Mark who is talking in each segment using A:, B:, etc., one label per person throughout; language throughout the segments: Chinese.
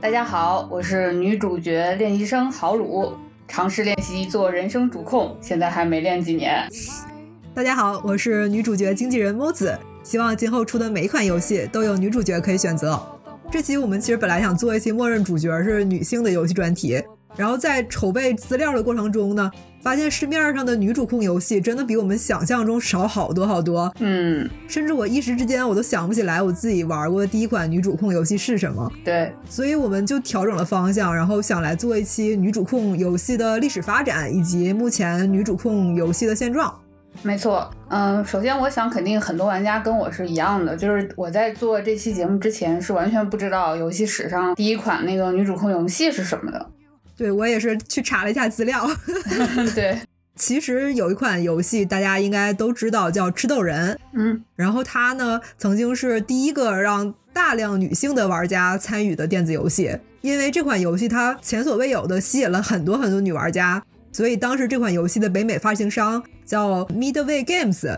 A: 大家好，我是女主角练习生郝鲁，尝试练习做人生主控，现在还没练几年。
B: 大家好，我是女主角经纪人猫子，希望今后出的每一款游戏都有女主角可以选择。哦这期我们其实本来想做一期默认主角是女性的游戏专题，然后在筹备资料的过程中呢，发现市面上的女主控游戏真的比我们想象中少好多好多，
A: 嗯，
B: 甚至我一时之间我都想不起来我自己玩过的第一款女主控游戏是什么。
A: 对，
B: 所以我们就调整了方向，然后想来做一期女主控游戏的历史发展以及目前女主控游戏的现状。
A: 没错，嗯，首先我想肯定很多玩家跟我是一样的，就是我在做这期节目之前是完全不知道游戏史上第一款那个女主控游戏是什么的。
B: 对我也是去查了一下资料，
A: 嗯对，
B: 其实有一款游戏大家应该都知道，叫《吃豆人》，
A: 嗯，
B: 然后它呢曾经是第一个让大量女性的玩家参与的电子游戏，因为这款游戏它前所未有的吸引了很多很多女玩家，所以当时这款游戏的北美发行商叫 Midway Games，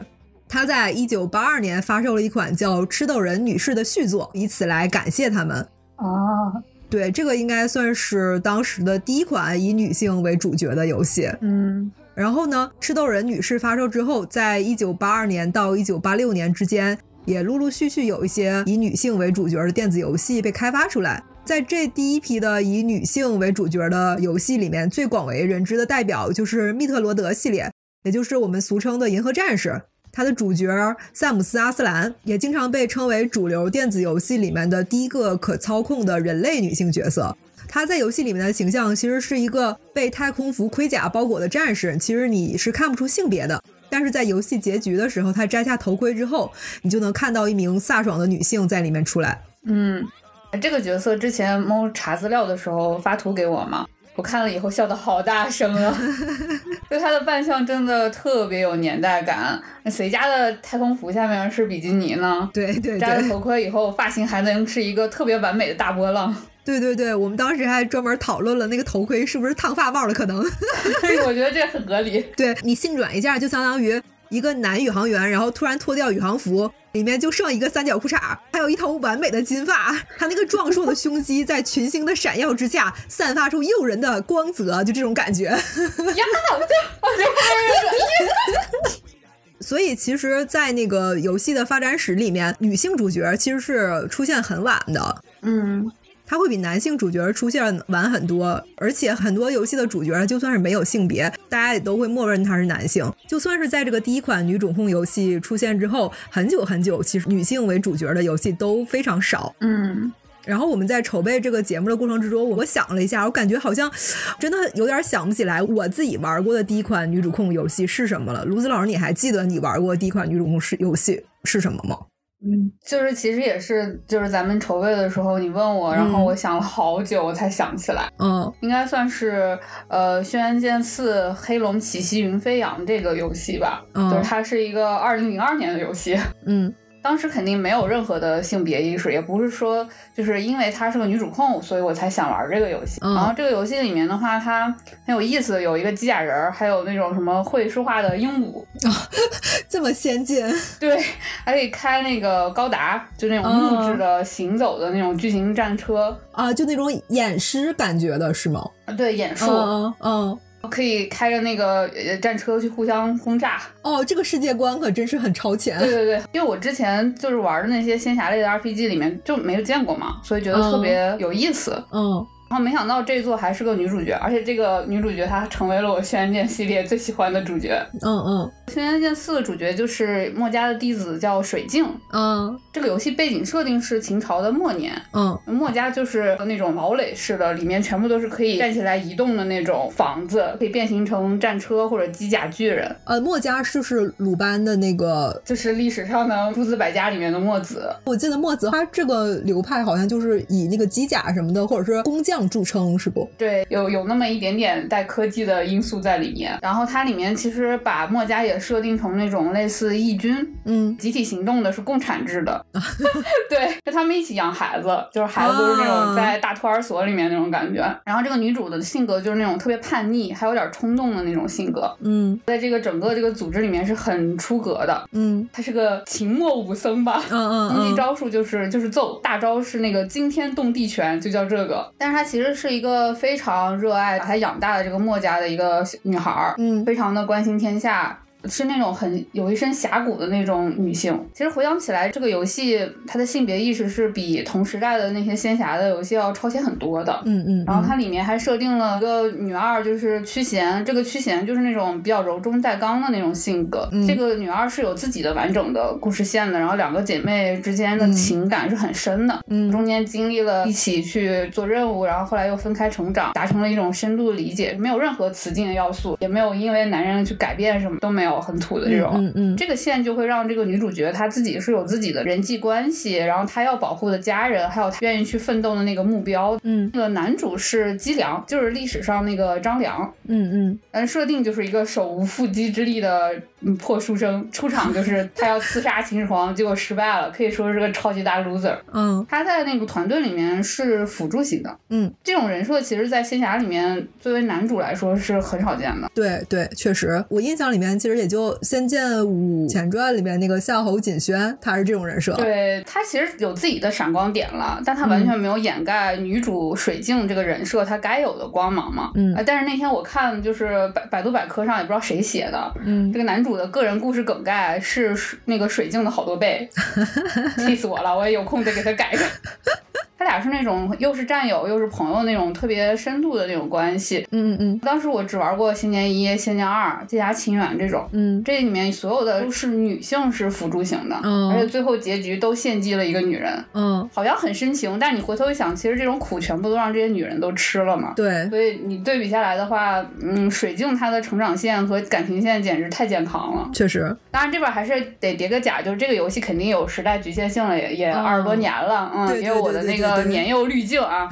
B: 它在一九八二年发售了一款叫《吃豆人女士》的续作，以此来感谢他们。
A: 啊，
B: 对，这个应该算是当时的第一款以女性为主角的游戏。
A: 嗯，
B: 然后呢，赤豆人女士发售之后，在一九八二年到一九八六年之间，也陆陆续续有一些以女性为主角的电子游戏被开发出来。在这第一批的以女性为主角的游戏里面，最广为人知的代表就是密特罗德系列，也就是我们俗称的银河战士。它的主角萨姆斯·阿斯兰也经常被称为主流电子游戏里面的第一个可操控的人类女性角色。她在游戏里面的形象其实是一个被太空服盔甲包裹的战士，其实你是看不出性别的。但是在游戏结局的时候，她摘下头盔之后，你就能看到一名飒爽的女性在里面出来。
A: 嗯，这个角色之前猫查资料的时候发图给我嘛，我看了以后笑的好大声啊！ 就他的扮相真的特别有年代感。那谁家的太空服下面是比基尼呢？
B: 对对
A: 摘了
B: 对
A: 头盔以后，发型还能是一个特别完美的大波 浪，
B: 对对对，我们当时还专门讨论了那个头盔是不是烫发帽的可能。
A: 所以我觉得这很 合理。
B: 对你性转一下，就相当于一个男宇航员，然后突然脱掉宇航服，里面就剩一个三角裤衩，还有一头完美的金发。他那个壮硕的胸肌在群星的闪耀之下，散发出诱人的光泽，就这种感觉。
A: 呀，我这我这
B: 所以，其实，在那个游戏的发展史里面，女性主角其实是出现很晚的。
A: 嗯，
B: 它会比男性主角出现晚很多，而且很多游戏的主角就算是没有性别，大家也都会默认他是男性。就算是在这个第一款女主控游戏出现之后，很久很久，其实女性为主角的游戏都非常少。
A: 嗯，
B: 然后我们在筹备这个节目的过程之中，我想了一下，我感觉好像真的有点想不起来我自己玩过的第一款女主控游戏是什么了。卢子老师，你还记得你玩过第一款女主控是游戏是什么吗？
A: 嗯，就是其实也是，就是咱们筹备的时候，你问我，然后
B: 嗯
A: 我想了好久，我才想起来。
B: 嗯，
A: 应该算是呃《轩辕剑四：黑龙起息云飞扬》这个游戏吧，
B: 嗯
A: 就是它是一个二零零二年的游戏，
B: 嗯，
A: 当时肯定没有任何的性别意识，也不是说就是因为它是个女主控，所以我才想玩这个游戏。
B: 嗯
A: 然后这个游戏里面的话，它很有意思，有一个机甲人儿，还有那种什么会说话的鹦鹉，
B: 这么先进，
A: 对，还可以开那个高达，就那种木
B: 嗯
A: 质的行走的那种巨型战车，
B: 啊，就那种演示感觉的是吗？
A: 对，演术、
B: 嗯嗯嗯，
A: 可以开着那个呃战车去互相轰炸。
B: 哦，这个世界观可真是很超
A: 对
B: 前。
A: 对对，因为我之前就是玩的那些仙侠类的 RPG 里面就没有见过嘛，所以觉得特别有意思。
B: 嗯，
A: 然后没想到这一座还是个女主角，而且这个女主角她成为了我《轩辕剑》系列最喜欢的主角。
B: 嗯嗯
A: 《轩辕剑四》的主角就是墨家的弟子叫水镜。
B: 嗯
A: 这个游戏背景设定是秦朝的末年，
B: 嗯
A: 墨家就是那种堡垒式的，里面全部都是可以站起来移动的那种房子，可以变形成战车或者机甲巨人，
B: 呃，墨家就是鲁班的那个，
A: 就是历史上的诸子百家里面的墨子。
B: 我记得墨子他这个流派好像就是以那个机甲什么的，或者是工匠著称，是不？
A: 对，有有那么一点点带科技的因素在里面。然后它里面其实把墨家也设定成那种类似义军，
B: 嗯，
A: 集体行动的是共产制的， 对，就他们一起养孩子，就是孩子都是那种在大托儿所里面那种感觉。然后这个女主的性格就是那种特别叛逆，还有点冲动的那种性格，
B: 嗯
A: 在这个整个这个组织里面是很出格的。
B: 嗯
A: 她是个琴墨武僧吧，
B: 嗯嗯
A: 经济
B: 嗯
A: 招数就是就是揍，大招是那个惊天动地拳，就叫这个。但是她其实是一个非常热爱把她养大的这个墨家的一个小女孩儿，
B: 嗯
A: 非常的关心天下。是那种很有一身侠骨的那种女性。其实回想起来，这个游戏它的性别意识是比同时代的那些仙侠的游戏要超前很多的。
B: 嗯嗯，
A: 然后它里面还设定了一个女二，就是屈贤。这个屈贤就是那种比较柔中带刚的那种性格。
B: 嗯
A: 这个女二是有自己的完整的故事线的，然后两个姐妹之间的
B: 嗯
A: 情感是很深的。
B: 嗯
A: 中间经历了一起去做任务，然后后来又分开成长，达成了一种深度理解，没有任何雌竞的要素，也没有因为男人去改变什么，都没有很土的这种。
B: 嗯嗯
A: 这个线就会让这个女主角她自己是有自己的人际关系，然后她要保护的家人，还有她愿意去奋斗的那个目标
B: 嗯
A: 那个男主是姬良，就是历史上那个张良，
B: 嗯嗯
A: 嗯，设定就是一个手无缚鸡之力的嗯破书生，出场就是他要刺杀秦始皇，结果失败了，可以说是个超级大 loser。
B: 嗯
A: 他在那个团队里面是辅助型的，
B: 嗯，
A: 这种人设其实，在仙侠里面作为男主来说是很少见的。
B: 对对，确实，我印象里面其实也就《仙剑五前传》里面那个夏侯锦轩，他是这种人设。
A: 对他其实有自己的闪光点了，但他完全没有掩盖女主水镜这个人设她该有的光芒嘛。
B: 嗯
A: 呃但是那天我看就是百百度百科上也不知道谁写的，
B: 嗯
A: 这个男主的个人故事梗概是水那个水镜的好多倍，气死我了！我也有空再给他改改。他俩是那种又是战友又是朋友那种特别深度的那种关系。
B: 嗯嗯
A: 当时我只玩过《仙剑一》《仙剑二》《剑侠情缘》这种，
B: 嗯
A: 这里面所有的都是女性是辅助型的，
B: 嗯
A: 而且最后结局都献祭了一个女人，
B: 嗯，
A: 好像很深情，但你回头一想，其实这种苦全部都让这些女人都吃了嘛。
B: 对，
A: 所以你对比下来的话，嗯，水镜她的成长线和感情线简直太健康了。
B: 确实，
A: 当然这边还是得叠个甲，就是这个游戏肯定有时代局限性了，也也
B: 嗯
A: 二十多年了，嗯，
B: 对
A: 也有我的
B: 对
A: 那
B: 对对
A: 个
B: 对
A: 年幼滤镜啊。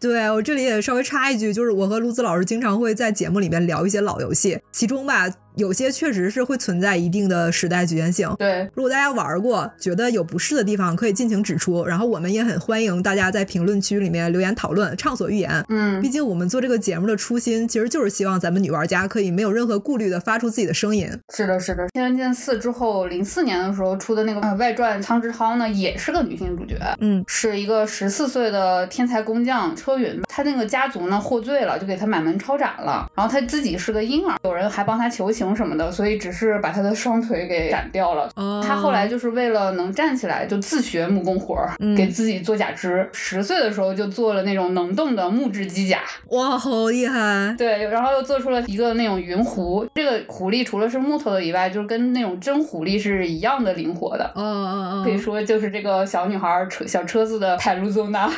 B: 对我这里也稍微插一句，就是我和卢子老师经常会在节目里面聊一些老游戏，其中吧有些确实是会存在一定的时代局限性。
A: 对，
B: 如果大家玩过，觉得有不适的地方，可以尽情指出。然后我们也很欢迎大家在评论区里面留言讨论，畅所欲言。
A: 嗯
B: 毕，竟我们做这个节目的初心，其实就是希望咱们女玩家可以没有任何顾虑的发出自己的声音。
A: 是的，是的，《仙人剑四》之后，零四年的时候出的那个、呃、外传《苍之涛》呢，也是个女性主角，
B: 嗯
A: 是一个十四岁的天才工匠车云。他那个家族呢获罪了，就给他满门抄斩了。然后他自己是个婴儿，有人还帮他求情什么的，所以只是把他的双腿给斩掉了。
B: 哦
A: 他后来就是为了能站起来，就自学木工活儿，
B: 嗯
A: 给自己做假肢。十岁的时候就做了那种能动的木质机甲，
B: 哇，好厉害！
A: 对，然后又做出了一个那种云狐。这个狐狸除了是木头的以外，就是跟那种真狐狸是一样的灵活的。
B: 哦哦
A: 可以
B: 哦，
A: 说就是这个小女孩儿车小车子的海陆宗 娜。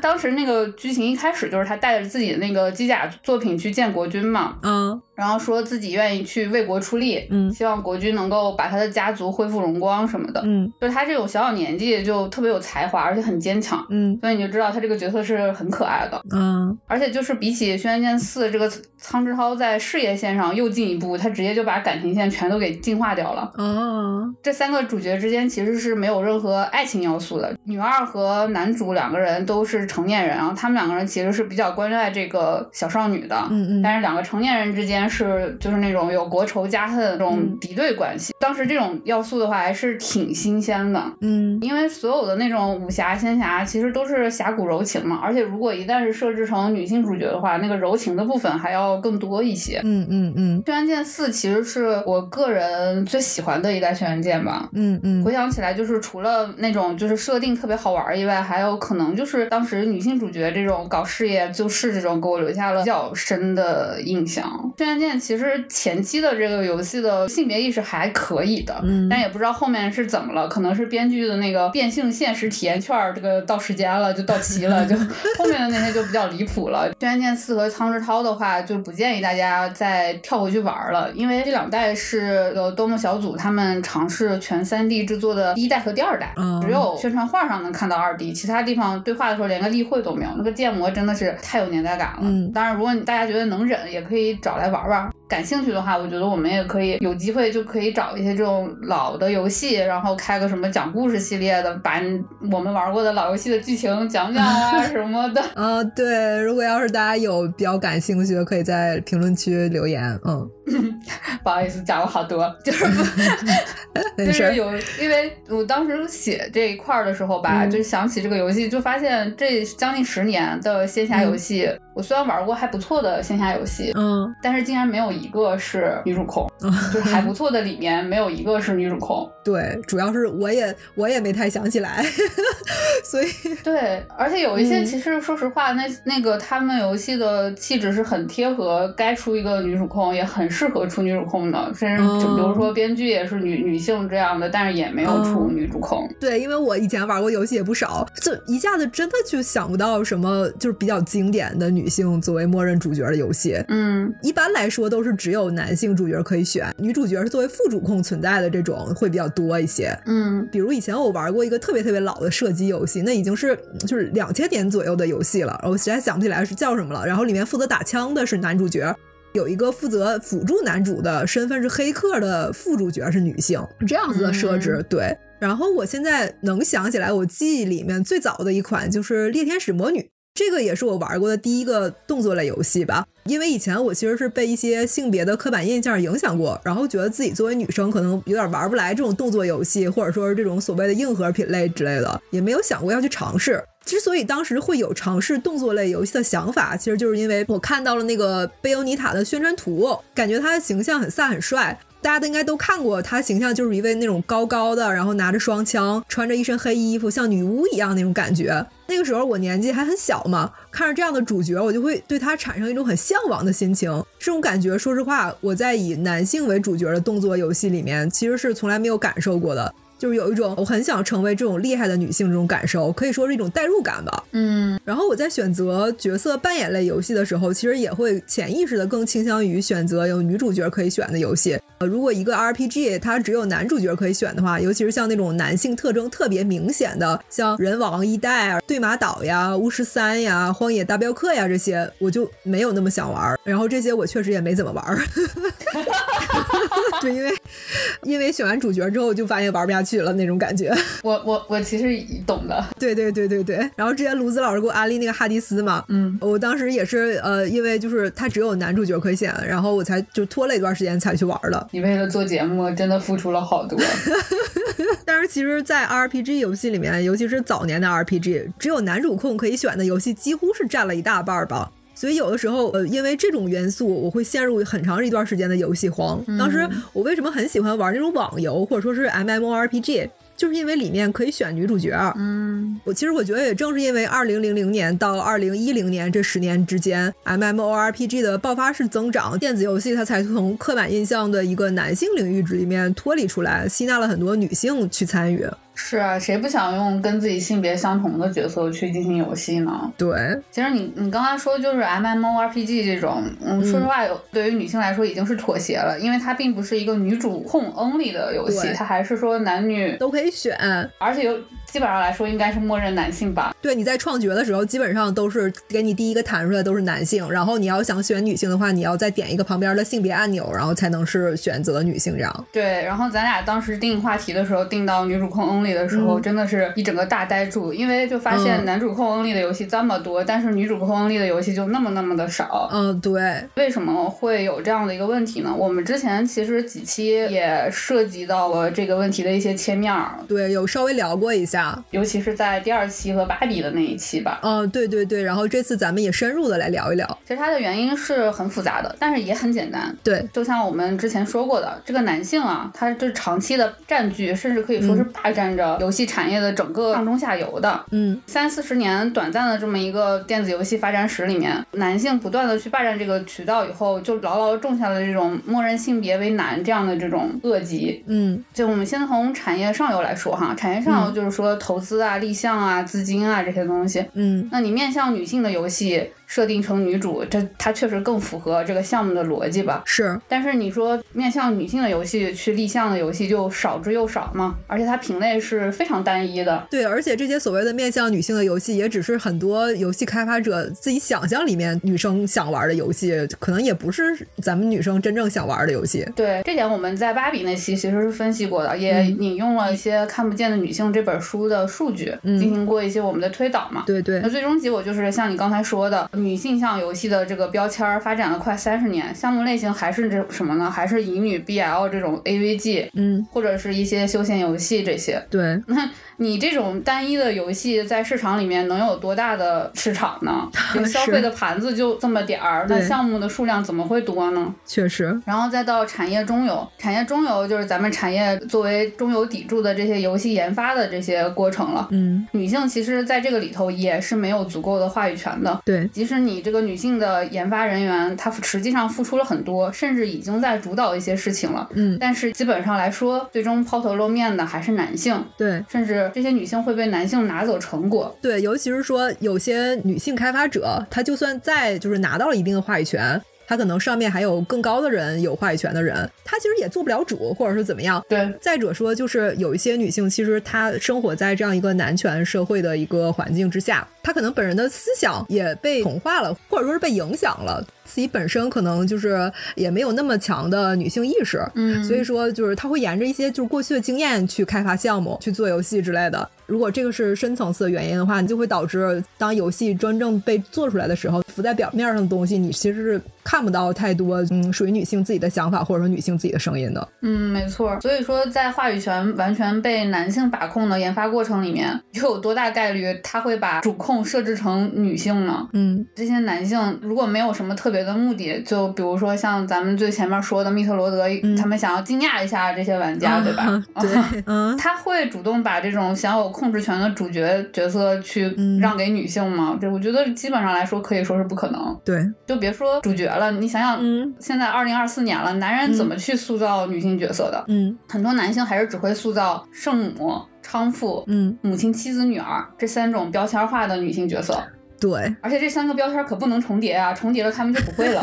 A: 当时那个剧情一开始就是她带着自己的那个机甲作品去见国君嘛，
B: 嗯
A: 然后说自己愿意去为国出力，
B: 嗯
A: 希望国君能够把他的家族恢复荣光什么的。
B: 嗯
A: 就是她这种小小年纪就特别有才华，而且很坚强。
B: 嗯
A: 所以你就知道她这个角色是很可爱的，
B: 嗯
A: 而且就是比起《轩辕剑四》，这个苍之涛在事业线上又进一步，他直接就把感情线全都给进化掉了。
B: 哦，
A: 这三个主角之间其实是没有任何爱情要素的。女二和男主两个人都是成年人，然啊后他们两个人其实是比较关爱这个小少女的。
B: 嗯嗯
A: 但是两个成年人之间是就是那种有国仇家恨的这种
B: 嗯
A: 敌对关系，当时这种要素的话还是挺新鲜的，
B: 嗯
A: 因为所有的那种武侠、仙侠其实都是侠骨柔情嘛，而且如果一旦是设置成女性主角的话，那个柔情的部分还要更多一些。
B: 嗯嗯嗯
A: 《轩辕剑四》其实是我个人最喜欢的一代《轩辕剑》吧，
B: 嗯嗯
A: 回想起来，就是除了那种就是设定特别好玩儿以外，还有可能就是当时女性主角这种搞事业做事这种，给我留下了比较深的印象。轩辕剑其实前期的这个游戏的性别意识还可以的。
B: 嗯
A: 但也不知道后面是怎么了，可能是编剧的那个变性现实体验券儿，这个到时间了就到期了，就后面的那些就比较离谱了。《轩辕剑四》和《苍之涛》的话，就不建议大家再跳回去玩儿了，因为这两代是有多么小组他们尝试全 3D 制作的第一代和第二代，
B: 嗯
A: 只有宣传画上能看到二 D，其他地方对话的时候连个例会都没有。那个建模真的是太有年代感了。
B: 嗯
A: 当然，如果你大家觉得能忍，也可以找来玩玩。感兴趣的话，我觉得我们也可以有机会就可以找一些这种老的游戏，然后开个什么讲故事系列的，把你我们玩过的老游戏的剧情讲讲 啊什么的。
B: 呃，对，如果要是大家有比较感兴趣的，可以在评论区留言。嗯，
A: 不好意思，讲了好多，就是不
B: 没
A: 就
B: 事
A: 是
B: 儿。
A: 有，因为我当时写这一块儿的时候吧，
B: 嗯
A: 就是想起这个游戏，就发现这将近十年的线下游戏，我虽然玩过还不错的线下游戏，
B: 嗯，
A: 但是竟然没有一个是女主控，
B: 啊
A: 就是还不错的里面没有一个是女主 控。
B: 对，主要是我也我也没太想起来， 所以
A: 对，而且有一些
B: 嗯
A: 其实说实话，那那个他们游戏的气质是很贴合，该出一个女主控也很适合出女主控的，甚至就
B: 哦
A: 比如说编剧也是女、女性这样的，但是也没有出
B: 哦
A: 女主控。
B: 对，因为我以前玩过游戏也不少，就一下子真的就想不到什么就是比较经典的女性作为默认主角的游戏。
A: 嗯，
B: 一般来说都是只有男性主角可以选，女主角是作为副主控存在的这种会比较多一些。
A: 嗯
B: 比如以前我玩过一个特别特别老的射击游戏，那已经是就是两千年左右的游戏了，我实在想不起来是叫什么了。然后里面负责打枪的是男主角，有一个负责辅助男主的身份是黑客的副主角是女性，是这样子的设置。对，然后我现在能想起来，我记忆里面最早的一款就是《猎天使魔女》。这个也是我玩过的第一个动作类游戏吧，因为以前我其实是被一些性别的刻板印象影响过，然后觉得自己作为女生可能有点玩不来这种动作游戏，或者说是这种所谓的硬核品类之类的，也没有想过要去尝试。之所以当时会有尝试动作类游戏的想法，其实就是因为我看到了那个贝欧尼塔的宣传图，感觉她的形象很飒很帅。大家都应该都看过，她形象就是一位那种高高的，然后拿着双枪，穿着一身黑衣服，像女巫一样那种感觉。那个时候我年纪还很小嘛，看着这样的主角，我就会对他产生一种很向往的心情。这种感觉，说实话，我在以男性为主角的动作游戏里面，其实是从来没有感受过的。就是有一种我很想成为这种厉害的女性这种感受，可以说是一种代入感吧。
A: 嗯
B: 然后我在选择角色扮演类游戏的时候，其实也会潜意识的更倾向于选择有女主角可以选的游戏。呃，如果一个 RPG 它只有男主角可以选的话，尤其是像那种男性特征特别明显的，像人王一代啊、对马岛呀、巫师三呀、荒野大镖客呀这些，我就没有那么想玩儿。然后这些我确实也没怎么玩儿， 对，因为因为选完主角之后就发现玩不下去了那种感觉。
A: 我我我其实懂的，
B: 对对对对对。然后之前卢子老师给我安利那个哈迪斯嘛，
A: 嗯
B: 我当时也是呃，因为就是他只有男主角可以选，然后我才就拖了一段时间才去玩的。
A: 你为了做节目真的付出了好多，
B: 但是其实，在 RPG 游戏里面，尤其是早年的 RPG，只有男主控可以选的游戏几乎是占了一大半儿吧。所以有的时候，呃，因为这种元素，我会陷入很长一段时间的游戏荒。当时我为什么很喜欢玩那种网游或者说是 MMORPG，就是因为里面可以选女主角。
A: 嗯
B: 我其实我觉得也正是因为二零零零年到二零一零年这十年之间，MMORPG 的爆发式增长，电子游戏它才从刻板印象的一个男性领域里面脱离出来，吸纳了很多女性去参与。
A: 是啊，谁不想用跟自己性别相同的角色去进行游戏呢？
B: 对，
A: 其实你你刚才说就是 M M O R P G 这种，嗯，说实话，有对于女性来说已经是妥协了，因为它并不是一个女主控 only 的游戏，
B: 对
A: 它还是说男女，
B: 都可以选。
A: 而且有基本上来说应该是默认男性吧。
B: 对，你在创角的时候，基本上都是给你第一个弹出来都是男性，然后你要想选女性的话，你要再点一个旁边的性别按钮，然后才能是选择女性这样。
A: 对，然后咱俩当时定话题的时候，定到女主控 only 的时候，
B: 嗯
A: 真的是一整个大呆住，因为就发现
B: 嗯
A: 男主控 only 的游戏这么多，但是女主控 only 的游戏就那么那么的少。
B: 嗯，对，
A: 为什么会有这样的一个问题呢？我们之前其实几期也涉及到了这个问题的一些切面儿，
B: 对，有稍微聊过一下。
A: 尤其是在第二期和芭比的那一期吧。
B: 嗯，对对对，然后这次咱们也深入的来聊一聊。
A: 其实它的原因是很复杂的，但是也很简单。
B: 对，
A: 就像我们之前说过的，这个男性啊，他就是长期的占据，甚至可以说是霸占着游戏产业的整个上中下游的。
B: 嗯，
A: 三四十年短暂的这么一个电子游戏发展史里面，男性不断的去霸占这个渠道以后，就牢牢地种下了这种默认性别为男这样的这种恶疾。
B: 嗯，
A: 就我们先从产业上游来说哈，产业上游
B: 嗯
A: 就是说投资啊、立项啊、资金啊这些东西。
B: 嗯，
A: 那你面向女性的游戏设定成女主，这它确实更符合这个项目的逻辑吧。
B: 是
A: 但是你说面向女性的游戏去立项的游戏就少之又少嘛，而且它品类是非常单一的。
B: 对，而且这些所谓的面向女性的游戏，也只是很多游戏开发者自己想象里面女生想玩的游戏，可能也不是咱们女生真正想玩的游戏。
A: 对这点，我们在芭比那期其实是分析过的，也引用了一些《看不见的女性》这本书的数据，
B: 嗯
A: 进行过一些我们的推导嘛。
B: 对对
A: 那，最终结果就是像你刚才说的，女性向游戏的这个标签儿发展了快三十年，项目类型还是这什么呢？还是乙女 BL 这种 AVG，
B: 嗯，
A: 或者是一些休闲游戏这些。
B: 对，
A: 你这种单一的游戏在市场里面能有多大的市场 呢？连消费的盘子就这么点儿，那
B: 对
A: 项目的数量怎么会多呢？
B: 确实，
A: 然后再到产业中游，产业中游就是咱们产业作为中游砥柱的这些游戏研发的这些过程了。
B: 嗯，
A: 女性其实在这个里头也是没有足够的话语权的。
B: 对，
A: 即使你这个女性的研发人员，她实际上付出了很多，甚至已经在主导一些事情了，
B: 嗯，
A: 但是基本上来说，最终抛头露面的还是男性。
B: 对。
A: 甚至这些女性会被男性拿走成果。
B: 对，尤其是说有些女性开发者，她就算在就是拿到了一定的话语权，她可能上面还有更高的人有话语权的人，她其实也做不了主，或者是怎么样。
A: 对，
B: 再者说，就是有一些女性，其实她生活在这样一个男权社会的一个环境之下，她可能本人的思想也被同化了，或者说是被影响了，自己本身可能就是也没有那么强的女性意识，
A: 嗯
B: 所以说就是她会沿着一些就是过去的经验去开发项目、去做游戏之类的。如果这个是深层次的原因的话，你就会导致当游戏真正被做出来的时候，浮在表面上的东西，你其实是看不到太多嗯属于女性自己的想法或者说女性自己的声音的。
A: 嗯，没错。所以说，在话语权完全被男性把控的研发过程里面，又有多大概率他会把主控设置成女性呢？
B: 嗯，
A: 这些男性如果没有什么特别的目的，就比如说像咱们最前面说的密特罗德，
B: 嗯
A: 他们想要惊讶一下这些玩家，对吧？
B: 啊 对，嗯，
A: 他会主动把这种享有控制权的主角角色去
B: 嗯
A: 让给女性吗？这我觉得基本上来说可以说是不可能。
B: 对，
A: 就别说主角了，你想想，
B: 嗯
A: 现在二零二四年了，男人怎么去塑造女性角色的？
B: 嗯
A: 很多男性还是只会塑造圣母、娼妇、
B: 嗯，
A: 母亲、妻子、女儿这三种标签化的女性角色，
B: 对，
A: 而且这三个标签可不能重叠啊，重叠了他们就不会了。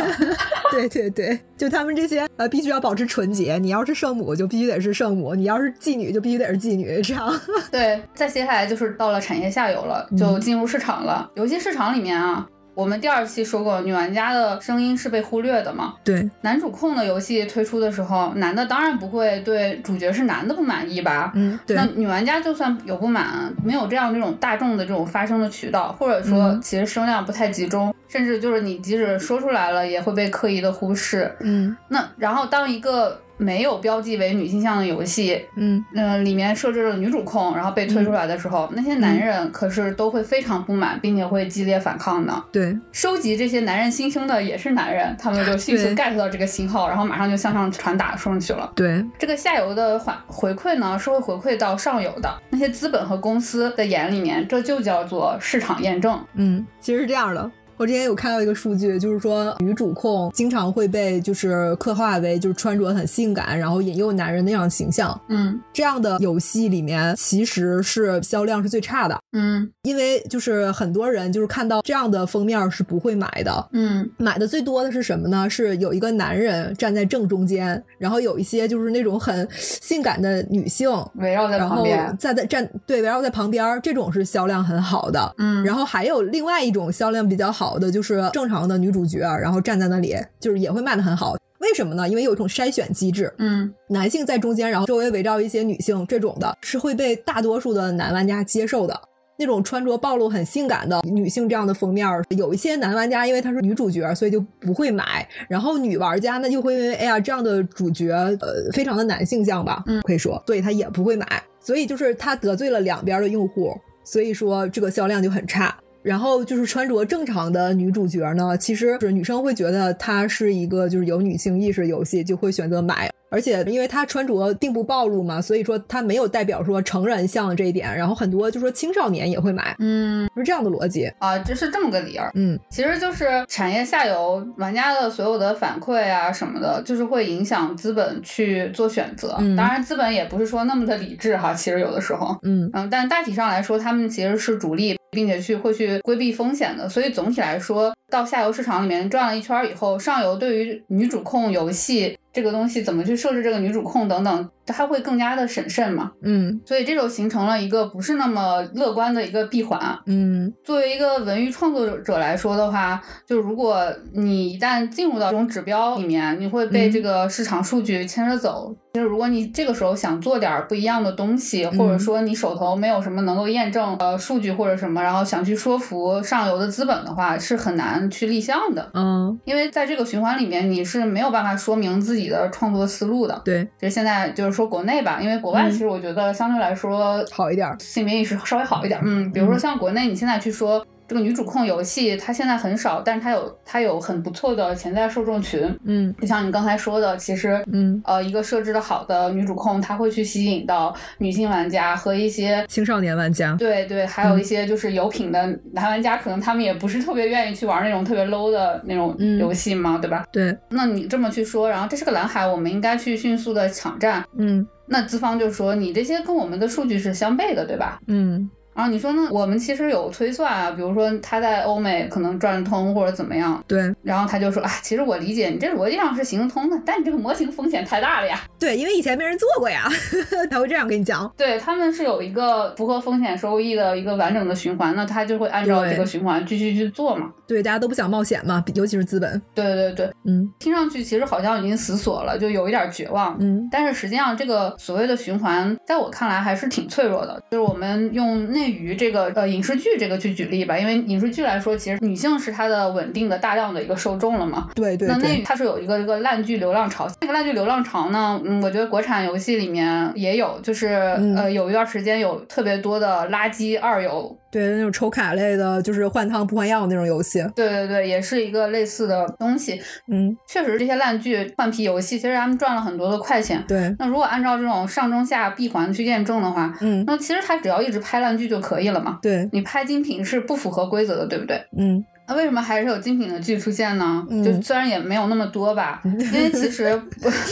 B: 对对对，就他们这些呃，必须要保持纯洁。你要是圣母，就必须得是圣母；你要是妓女，就必须得是妓女。这样，
A: 对，再接下来就是到了产业下游了，
B: 嗯
A: 就进入市场了。游戏市场里面啊，我们第二期说过，女玩家的声音是被忽略的嘛。
B: 对，
A: 男主控的游戏推出的时候，男的当然不会对主角是男的不满意吧？
B: 嗯，对
A: 那，女玩家就算有不满，没有这样这种大众的这种发声的渠道，或者说
B: 嗯
A: 其实声量不太集中，甚至就是你即使说出来了，也会被刻意的忽视。
B: 嗯
A: 那然后当一个没有标记为女性向的游戏，
B: 嗯，
A: 嗯、里面设置了女主控，然后被推出来的时候，那些男
B: 嗯
A: 人可是都会非常不满，并且会激烈反抗的。
B: 对，
A: 收集这些男人心声的也是男人，他们就迅速
B: 对
A: get 到这个信号，然后马上就向上传达上去了。
B: 对，
A: 这个下游的反回馈呢，是会回馈到上游的那些资本和公司的眼里面，这就叫做市场验证。
B: 嗯，其实是这样的。我之前有看到一个数据，就是说女主控经常会被就是刻画为就是穿着很性感，然后引诱男人那样的形象。
A: 嗯
B: 这样的游戏里面其实是销量是最差的，
A: 嗯
B: 因为就是很多人就是看到这样的封面是不会买的，
A: 嗯
B: 买的最多的是什么呢？是有一个男人站在正中间，然后有一些就是那种很性感的女性，
A: 围绕在
B: 然
A: 旁
B: 后
A: 边。
B: 站在站对围绕在旁边儿，这种是销量很好的。
A: 嗯，
B: 然后还有另外一种销量比较好的，就是正常的女主角，然后站在那里，就是也会卖的很好。为什么呢？因为有一种筛选机制，
A: 嗯
B: 男性在中间，然后周围围绕一些女性，这种的是会被大多数的男玩家接受的。那种穿着暴露很性感的女性这样的封面儿，有一些男玩家因为她是女主角，所以就不会买。然后女玩家呢，就会因为哎呀这样的主角，呃，非常的男性向吧，
A: 嗯
B: 可以说，所以她也不会买。所以就是她得罪了两边的用户，所以说这个销量就很差。然后就是穿着正常的女主角呢，其实就是女生会觉得她是一个就是有女性意识的游戏，就会选择买。而且因为她穿着并不暴露嘛，所以说她没有代表说成人像这一点。然后很多就说青少年也会买，
A: 嗯
B: 是这样的逻辑。
A: 啊，这是这么个理由。
B: 嗯，
A: 其实就是产业下游玩家的所有的反馈啊什么的，就是会影响资本去做选择。
B: 嗯
A: 当然，资本也不是说那么的理智哈，其实有的时候。
B: 嗯
A: 嗯，但大体上来说，他们其实是主力并且去会去规避风险的。所以总体来说，到下游市场里面转了一圈以后，上游对于女主控游戏这个东西怎么去设置这个女主控等等，它会更加的审慎嘛。
B: 嗯
A: 所以这就形成了一个不是那么乐观的一个闭环。啊
B: 嗯
A: 作为一个文娱创作者来说的话，就如果你一旦进入到这种指标里面，你会被
B: 嗯
A: 这个市场数据牵着走。就是如果你这个时候想做点儿不一样的东西，或者说你手头没有什么能够验证呃数据或者什么，然后想去说服上游的资本的话，是很难去立项的。
B: 嗯，
A: 因为在这个循环里面，你是没有办法说明自己的创作思路的。
B: 对，
A: 就是现在就是说国内吧，因为国外
B: 嗯
A: 其实我觉得相对来说
B: 好一点儿。
A: 性别意识稍微好一点。嗯，比如说像国内，你现在去说这个女主控游戏，它现在很少，但是它有它有很不错的潜在受众群。
B: 嗯
A: 就像你刚才说的，其实
B: 嗯，
A: 呃，一个设置的好的女主控，她会去吸引到女性玩家和一些。
B: 青少年玩家。
A: 对对，还
B: 嗯
A: 有一些就是有品的男玩家，可能他们也不是特别愿意去玩那种特别 low 的那种
B: 嗯
A: 游戏嘛，对吧？
B: 对，
A: 那你这么去说，然后这是个蓝海，我们应该去迅速的抢占。
B: 嗯
A: 那资方就说你这些跟我们的数据是相悖的，对吧？
B: 嗯
A: 然后你说呢？我们其实有推算啊，比如说他在欧美可能转通或者怎么样，
B: 对
A: 然后他就说啊，其实我理解你这逻辑上是行得通的，但你这个模型风险太大了呀。
B: 对，因为以前没人做过呀， 才会这样跟你讲。
A: 对他们是有一个符合风险收益的一个完整的循环，那他就会按照
B: 对
A: 这个循环继续去做嘛。
B: 对，大家都不想冒险嘛，尤其是资本。
A: 对对对，
B: 嗯
A: 听上去其实好像已经死锁了，就有一点绝望。
B: 嗯
A: 但是实际上，这个所谓的循环，在我看来还是挺脆弱的。就是我们用内娱这个呃影视剧这个去举例吧，因为影视剧来说，其实女性是它的稳定的大量的一个受众了嘛。
B: 对对
A: 那内娱
B: 对，
A: 它是有一个一个烂剧流浪潮，那个烂剧流浪潮呢，嗯，我觉得国产游戏里面也有，就是、
B: 嗯
A: 呃有一段时间有特别多的垃圾二游，
B: 对那种抽卡类的，就是换汤不换药那种游戏。
A: 对对对，也是一个类似的东西。
B: 嗯，
A: 确实，这些烂剧换皮游戏，其实他们赚了很多的快钱。
B: 对，
A: 那如果按照这种上中下闭环去验证的话，
B: 嗯
A: 那其实他只要一直拍烂剧就可以了嘛。
B: 对，
A: 你拍精品是不符合规则的，对不对？
B: 嗯
A: 那为什么还是有精品的剧出现呢？
B: 嗯
A: 就虽然也没有那么多吧，因为其实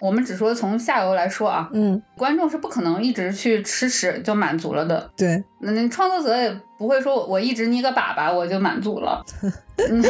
A: 我们只说从下游来说啊，
B: 嗯，
A: 观众是不可能一直去吃屎就满足了的。
B: 对，
A: 那那创作者也不会说我我一直捏个粑粑我就满足了。嗯，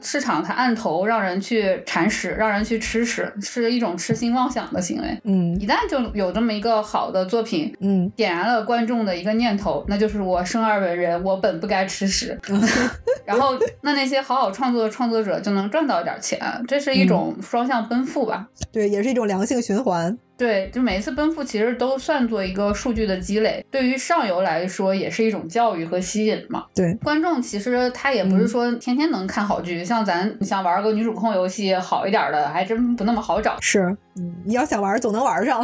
A: 市场它按头让人去铲屎，让人去吃屎，是一种痴心妄想的行为。
B: 嗯
A: 一旦就有这么一个好的作品，
B: 嗯。
A: 点燃了观众的一个念头，那就是我生而为人，我本不该吃屎。 然后，那那些好好创作的创作者就能赚到一点钱，这是一种
B: 嗯
A: 双向奔赴吧？
B: 对，也是一种良性循环。
A: 对，就每一次奔赴其实都算作一个数据的积累，对于上游来说也是一种教育和吸引嘛。
B: 对。
A: 观众其实他也不是说天天能看好剧，像咱你想玩个女主控游戏好一点的，还真不那么好找
B: 是，嗯，你要想玩，总能玩上。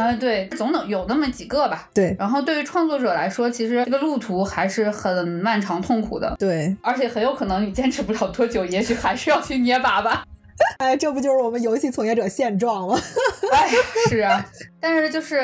A: 啊、对，总能有那么几个吧。
B: 对
A: 然后对于创作者来说，其实这个路途还是很漫长痛苦的，
B: 对，
A: 而且很有可能你坚持不了多久，也许还是要去捏粑粑。
B: 哎，这不就是我们游戏从业者现状吗？
A: 哎，是啊，但是就是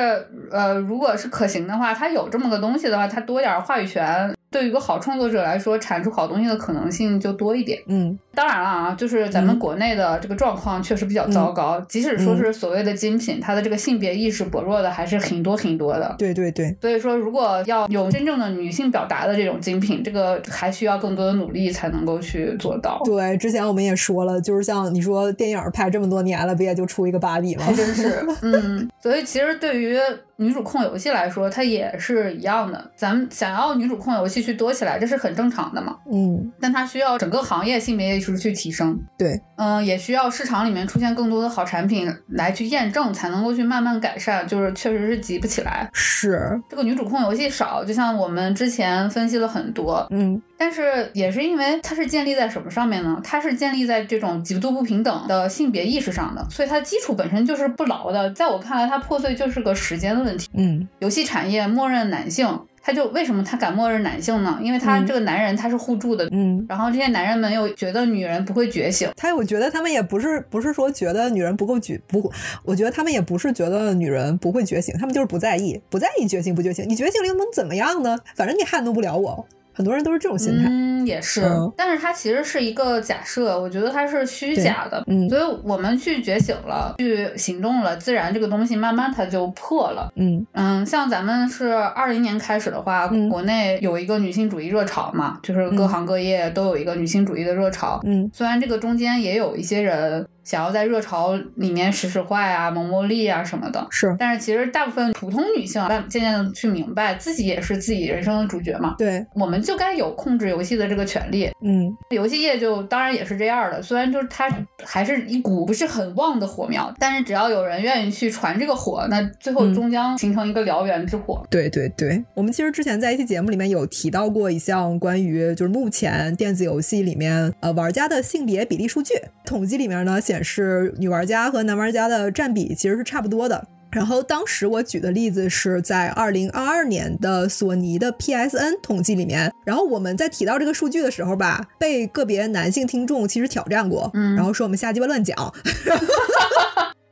A: 呃，如果是可行的话，它有这么个东西的话，它多点儿话语权，对于一个好创作者来说，产出好东西的可能性就多一点。
B: 嗯
A: 当然了啊，就是咱们
B: 嗯
A: 国内的这个状况确实比较糟糕，即使说是所谓的精品，它的这个性别意识薄弱的还是挺多挺多的。
B: 对对对，
A: 所以说，如果要有真正的女性表达的这种精品，这个还需要更多的努力才能够去做到。
B: 对，之前我们也说了，就是像你说电影拍这么多年了，不也就出一个芭比吗
A: 还？真是， 嗯，所以其实对于女主控游戏来说，它也是一样的。咱们想要女主控游戏去多起来，这是很正常的嘛。
B: 嗯，
A: 但它需要整个行业性别意识去提升，
B: 对，
A: 嗯、也需要市场里面出现更多的好产品来去验证，才能够去慢慢改善。就是确实是急不起来，
B: 是，
A: 这个女主控游戏少，就像我们之前分析了很多，
B: 嗯
A: 但是也是因为它是建立在什么上面呢？它是建立在这种极度不平等的性别意识上的，所以它基础本身就是不牢的。在我看来，它破碎就是个时间的问题。
B: 嗯，
A: 游戏产业默认男性，他就为什么他敢默认男性呢？因为他
B: 嗯
A: 这个男人他是互助的，
B: 嗯。
A: 然后这些男人们又觉得女人不会觉醒，
B: 他，我觉得他们也不是不是说觉得女人不够觉不，我觉得他们也不是觉得女人不会觉醒，他们就是不在意，不在意觉醒不觉醒。你觉醒了又能怎么样呢？反正你撼动不了我。很多人都是这种心态。
A: 嗯，也是，
B: 嗯
A: 但是它其实是一个假设，我觉得它是虚假的。
B: 嗯
A: 所以我们去觉醒了，去行动了，自然这个东西慢慢它就破了。
B: 嗯
A: 嗯，像咱们是二零年开始的话，
B: 嗯
A: 国内有一个女性主义热潮嘛，就是
B: 嗯
A: 各行各业都有一个女性主义的热潮。
B: 嗯
A: 虽然这个中间也有一些人想要在热潮里面使使坏啊、谋谋利啊什么的，
B: 是
A: 但是其实大部分普通女性啊，慢渐渐的去明白自己也是自己人生的主角嘛，
B: 对，
A: 我们就该有控制游戏的这个权利。
B: 嗯
A: 游戏业就当然也是这样的，虽然就是它还是一股不是很旺的火苗，但是只要有人愿意去传这个火，那最后
B: 嗯
A: 终将形成一个燎原之火。
B: 对对对。我们其实之前在一期节目里面有提到过一项关于就是目前电子游戏里面呃玩家的性别比例数据，统计里面呢显示女玩家和男玩家的占比其实是差不多的。然后当时我举的例子是在二零二二年的索尼的 PSN 统计里面，然后我们在提到这个数据的时候吧，被个别男性听众其实挑战过，
A: 嗯
B: 然后说我们瞎鸡巴乱讲。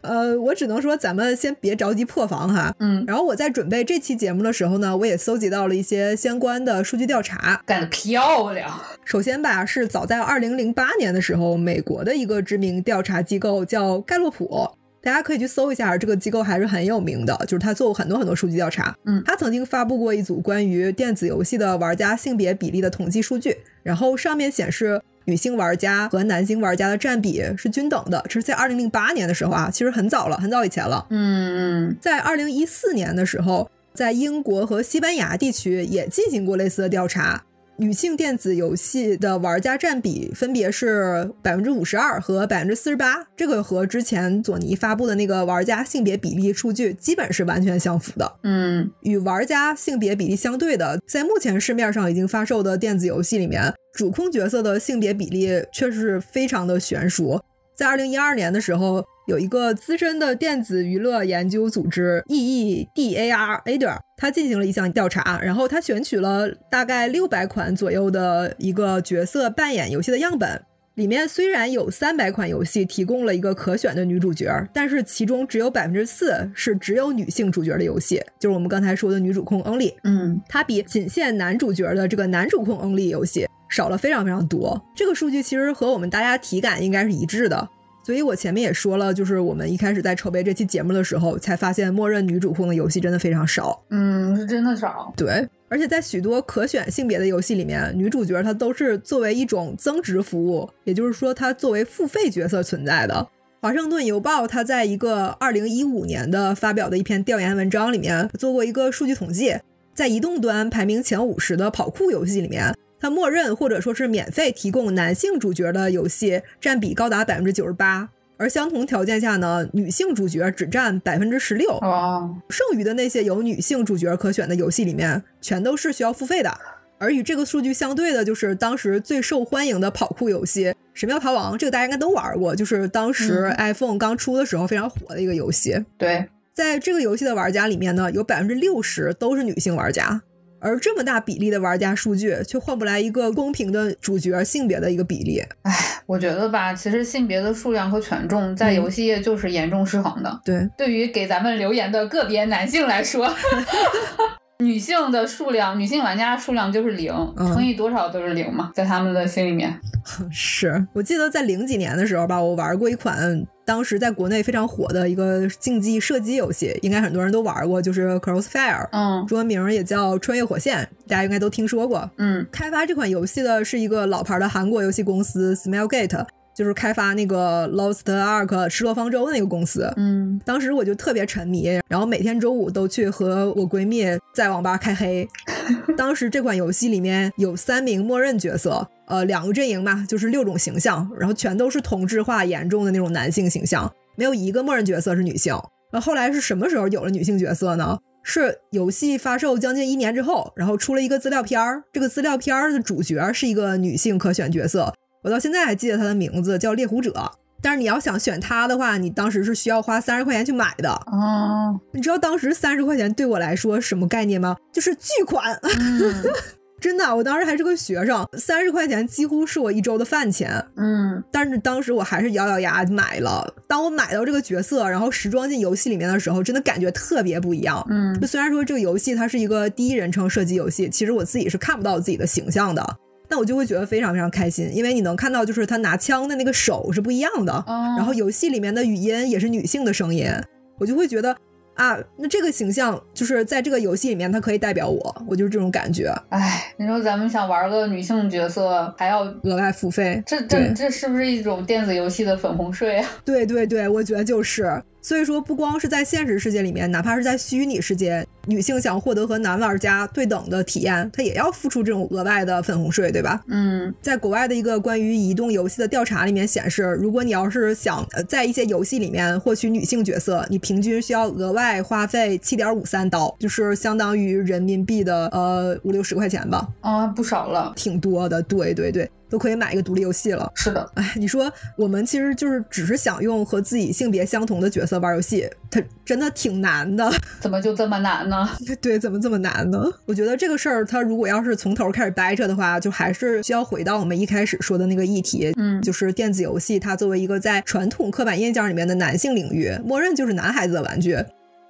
B: 呃，我只能说咱们先别着急破防哈。
A: 嗯，
B: 然后我在准备这期节目的时候呢，我也搜集到了一些相关的数据调查，
A: 干得漂亮！
B: 首先吧，是早在二零零八年的时候，美国的一个知名调查机构叫盖洛普，大家可以去搜一下，这个机构还是很有名的，就是他做过很多很多数据调查。
A: 嗯
B: 他曾经发布过一组关于电子游戏的玩家性别比例的统计数据，然后上面显示。女性玩家和男性玩家的占比是均等的，这是在二零零八年的时候啊，其实很早了，很早以前了。
A: 嗯
B: 在二零一四年的时候，在英国和西班牙地区也进行过类似的调查。女性电子游戏的玩家占比分别是百分之五十二和百分之四十八，这个和之前索尼发布的那个玩家性别比例数据基本是完全相符的。
A: 嗯
B: 与玩家性别比例相对的，在目前市面上已经发售的电子游戏里面，主控角色的性别比例却是非常的悬殊。在二零一二年的时候，有一个资深的电子娱乐研究组织 E EEDAR ADR，它进行了一项调查，然后它选取了大概六百款左右的一个角色扮演游戏的样本。里面虽然有三百款游戏提供了一个可选的女主角，但是其中只有百分之四是只有女性主角的游戏，就是我们刚才说的女主控 only。
A: 嗯
B: 它比仅限男主角的这个男主控 only 游戏少了非常非常多。这个数据其实和我们大家体感应该是一致的。所以我前面也说了，就是我们一开始在筹备这期节目的时候，才发现默认女主控的游戏真的非常少。
A: 嗯，是真的少。
B: 对，而且在许多可选性别的游戏里面，女主角她都是作为一种增值服务，也就是说她作为付费角色存在的。华盛顿邮报它在一个二零一五年的发表的一篇调研文章里面做过一个数据统计，在移动端排名前五十的跑酷游戏里面，它默认或者说是免费提供男性主角的游戏占比高达百分之九十八，而相同条件下呢，女性主角只占百分之十六。
A: 哦，
B: 剩余的那些有女性主角可选的游戏里面，全都是需要付费的。而与这个数据相对的，就是当时最受欢迎的跑酷游戏《神庙逃亡》，这个大家应该都玩过，就是当时
A: 嗯
B: iPhone 刚出的时候非常火的一个游戏。
A: 对，
B: 在这个游戏的玩家里面呢，有百分之六十都是女性玩家，而这么大比例的玩家数据却换不来一个公平的主角性别的一个比例。
A: 我觉得吧，其实性别的数量和权重在
B: 嗯
A: 游戏业就是严重失衡的。
B: 对，
A: 对于给咱们留言的个别男性来说，女性的数量，女性玩家数量就是零，
B: 嗯
A: 乘以多少都是零嘛，在他们的心里面。
B: 是我记得在零几年的时候吧，我玩过一款当时在国内非常火的一个竞技射击游戏，应该很多人都玩过，就是 Crossfire，
A: 嗯
B: 中文名也叫《穿越火线》，大家应该都听说过。
A: 嗯
B: 开发这款游戏的是一个老牌的韩国游戏公司 Smilegate，就是开发那个 Lost Ark 失落方舟的那个公司。
A: 嗯，
B: 当时我就特别沉迷，然后每天周五都去和我闺蜜在网吧开黑。 当时这款游戏里面有三名默认角色，呃，两个阵营吧，就是六种形象，然后全都是同质化严重的那种男性形象，没有一个默认角色是女性。那后来是什么时候有了女性角色呢？是游戏发售将近一年之后，然后出了一个资料片儿，这个资料片儿的主角是一个女性可选角色，我到现在还记得她的名字叫猎狐者。但是你要想选她的话，你当时是需要花三十块钱去买的。
A: 哦，
B: 你知道当时三十块钱对我来说是什么概念吗？就是巨款。
A: 嗯
B: 真的，我当时还是个学生，三十块钱几乎是我一周的饭钱。
A: 嗯，
B: 但是当时我还是咬咬牙买了。当我买到这个角色，然后时装进游戏里面的时候，真的感觉特别不一样。
A: 嗯
B: 就虽然说这个游戏它是一个第一人称射击游戏，其实我自己是看不到自己的形象的，但我就会觉得非常非常开心，因为你能看到就是他拿枪的那个手是不一样的，
A: 哦，
B: 然后游戏里面的语音也是女性的声音，我就会觉得啊，那这个形象就是在这个游戏里面它可以代表我，我就是这种感觉，
A: 哎，你说咱们想玩个女性角色，还要
B: 额外付费，
A: 这
B: 对
A: 这这是不是一种电子游戏的粉红税啊？
B: 对对对，我觉得就是。所以说，不光是在现实世界里面，哪怕是在虚拟世界，女性想获得和男玩家对等的体验，她也要付出这种额外的粉红税，对吧？
A: 嗯
B: 在国外的一个关于移动游戏的调查里面显示，如果你要是想呃在一些游戏里面获取女性角色，你平均需要额外花费七点五三刀，就是相当于人民币的呃五六十块钱吧，
A: 啊，不少了。
B: 挺多的。对对对，都可以买一个独立游戏了。
A: 是 的，
B: 哎，你说我们其实就是只是想用和自己性别相同的角色玩游戏，它真的挺难的。
A: 怎么就这么难呢？
B: 对，怎么这么难呢？我觉得这个事儿，它如果要是从头开始掰扯的话，就还是需要回到我们一开始说的那个议题，
A: 嗯
B: 就是电子游戏它作为一个在传统刻板印象里面的男性领域，默认就是男孩子的玩具。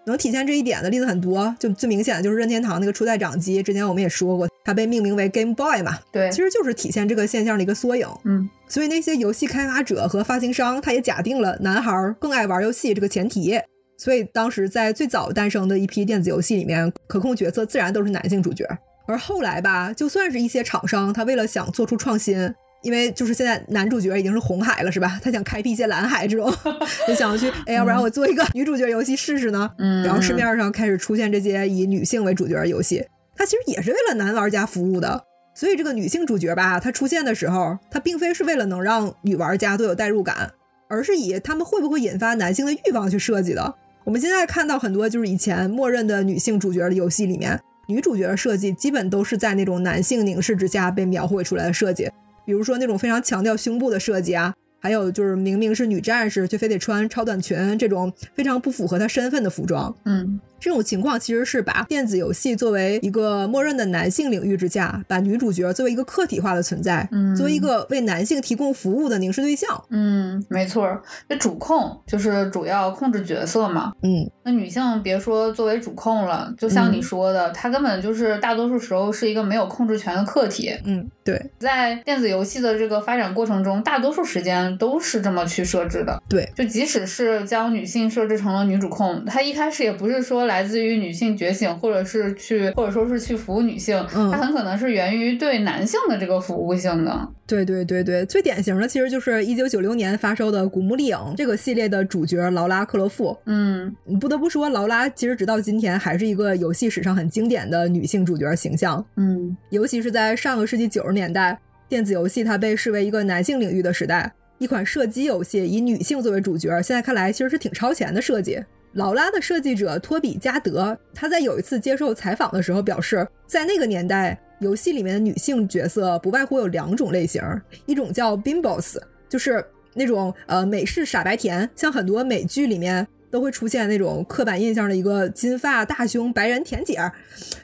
B: 能体现这一点的例子很多，就最明显的就是任天堂那个初代掌机，之前我们也说过，它被命名为 Game Boy 嘛，
A: 对
B: 其，实就是体现这个现象的一个缩影。
A: 嗯
B: 所以那些游戏开发者和发行商，他也假定了男孩儿更爱玩游戏这个前提。所以当时在最早诞生的一批电子游戏里面，可控角色自然都是男性主角。而后来吧，就算是一些厂商，他为了想做出创新，因为就是现在男主角已经是红海了，是吧？他想开辟一些蓝海这种， 就想去，哎，要不然我做一个女主角游戏试试呢？
A: 嗯，
B: 然后市面上开始出现这些以女性为主角的游戏，它其实也是为了男玩家服务的。所以这个女性主角吧，她出现的时候，她并非是为了能让女玩家都有代入感，而是以他们会不会引发男性的欲望去设计的。我们现在看到很多就是以前默认的女性主角的游戏里面，女主角的设计基本都是在那种男性凝视之下被描绘出来的设计，比如说那种非常强调胸部的设计啊，还有就是明明是女战士却非得穿超短裙这种非常不符合她身份的服装。
A: 嗯
B: 这种情况其实是把电子游戏作为一个默认的男性领域之下，把女主角作为一个客体化的存在，
A: 嗯
B: 作为一个为男性提供服务的凝视对象。
A: 嗯，没错儿，这主控就是主要控制角色嘛。
B: 嗯，
A: 那女性别说作为主控了，就像你
B: 嗯
A: 说的，她根本就是大多数时候是一个没有控制权的客体。
B: 嗯，对
A: 在电子游戏的这个发展过程中，大多数时间都是这么去设置的。
B: 对，
A: 就即使是将女性设置成了女主控，她一开始也不是说来自于女性觉醒，或者是去，或者说是去服务女性，
B: 嗯
A: 它很可能是源于对男性的这个服务性的。
B: 对对对对，最典型的其实就是一九九六年发售的《古墓丽影》这个系列的主角劳拉·克罗夫。
A: 嗯
B: 不得不说，劳拉其实直到今天还是一个游戏史上很经典的女性主角形象。
A: 嗯
B: 尤其是在上个世纪九十年代，电子游戏它被视为一个男性领域的时代，一款射击游戏以女性作为主角，现在看来其实是挺超前的设计。劳拉的设计者托比·加德，他在有一次接受采访的时候表示，在那个年代，游戏里面的女性角色不外乎有两种类型，一种叫 bimbos，就是那种呃美式傻白甜，像很多美剧里面都会出现那种刻板印象的一个金发大胸白人甜姐儿，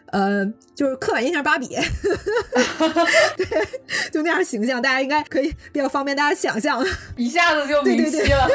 B: 呃，就是刻板印象芭比，对，就那样形象，大家应该可以比较方便大家想象。
A: 一下子就明晰了。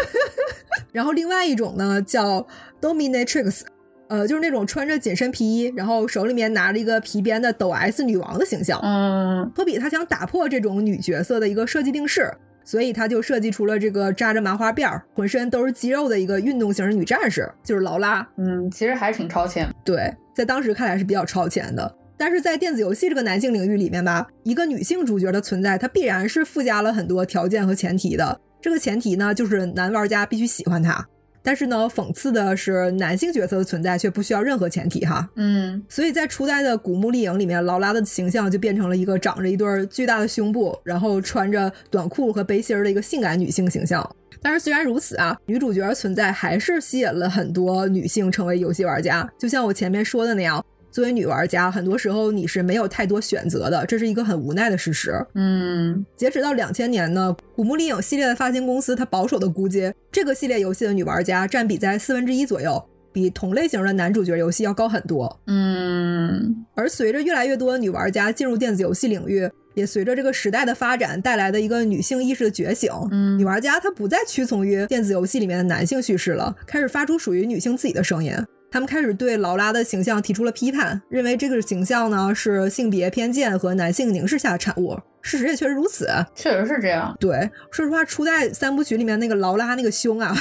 B: 然后另外一种呢叫 dominatrix，呃，就是那种穿着紧身皮衣，然后手里面拿着一个皮鞭的抖 S 女王的形象。
A: 嗯
B: 托比他想打破这种女角色的一个设计定式，所以他就设计出了这个扎着麻花辫儿、浑身都是肌肉的一个运动型女战士，就是劳拉。
A: 嗯，其实还是挺超前。
B: 对，在当时看来是比较超前的。但是在电子游戏这个男性领域里面吧，一个女性主角的存在，它必然是附加了很多条件和前提的。这个前提呢，就是男玩家必须喜欢她。但是呢，讽刺的是，男性角色的存在却不需要任何前提哈。
A: 嗯
B: 所以在初代的古墓丽影里面，劳拉的形象就变成了一个长着一对儿巨大的胸部，然后穿着短裤和背心儿的一个性感女性形象。但是虽然如此啊，女主角的存在还是吸引了很多女性成为游戏玩家。就像我前面说的那样，作为女玩家，很多时候你是没有太多选择的，这是一个很无奈的事实。
A: 嗯
B: 截止到两千年呢，《古墓丽影》系列的发行公司，它保守的估计，这个系列游戏的女玩家占比在四分之一左右。比同类型的男主角游戏要高很多。
A: 嗯，
B: 而随着越来越多的女玩家进入电子游戏领域，也随着这个时代的发展带来的一个女性意识的觉醒，
A: 嗯
B: 女玩家她不再屈从于电子游戏里面的男性叙事了，开始发出属于女性自己的声音。她们开始对劳拉的形象提出了批判，认为这个形象呢是性别偏见和男性凝视下的产物。事实也确实如此。
A: 确实是这样。
B: 对，说实话，初代三部曲里面那个劳拉那个胸啊，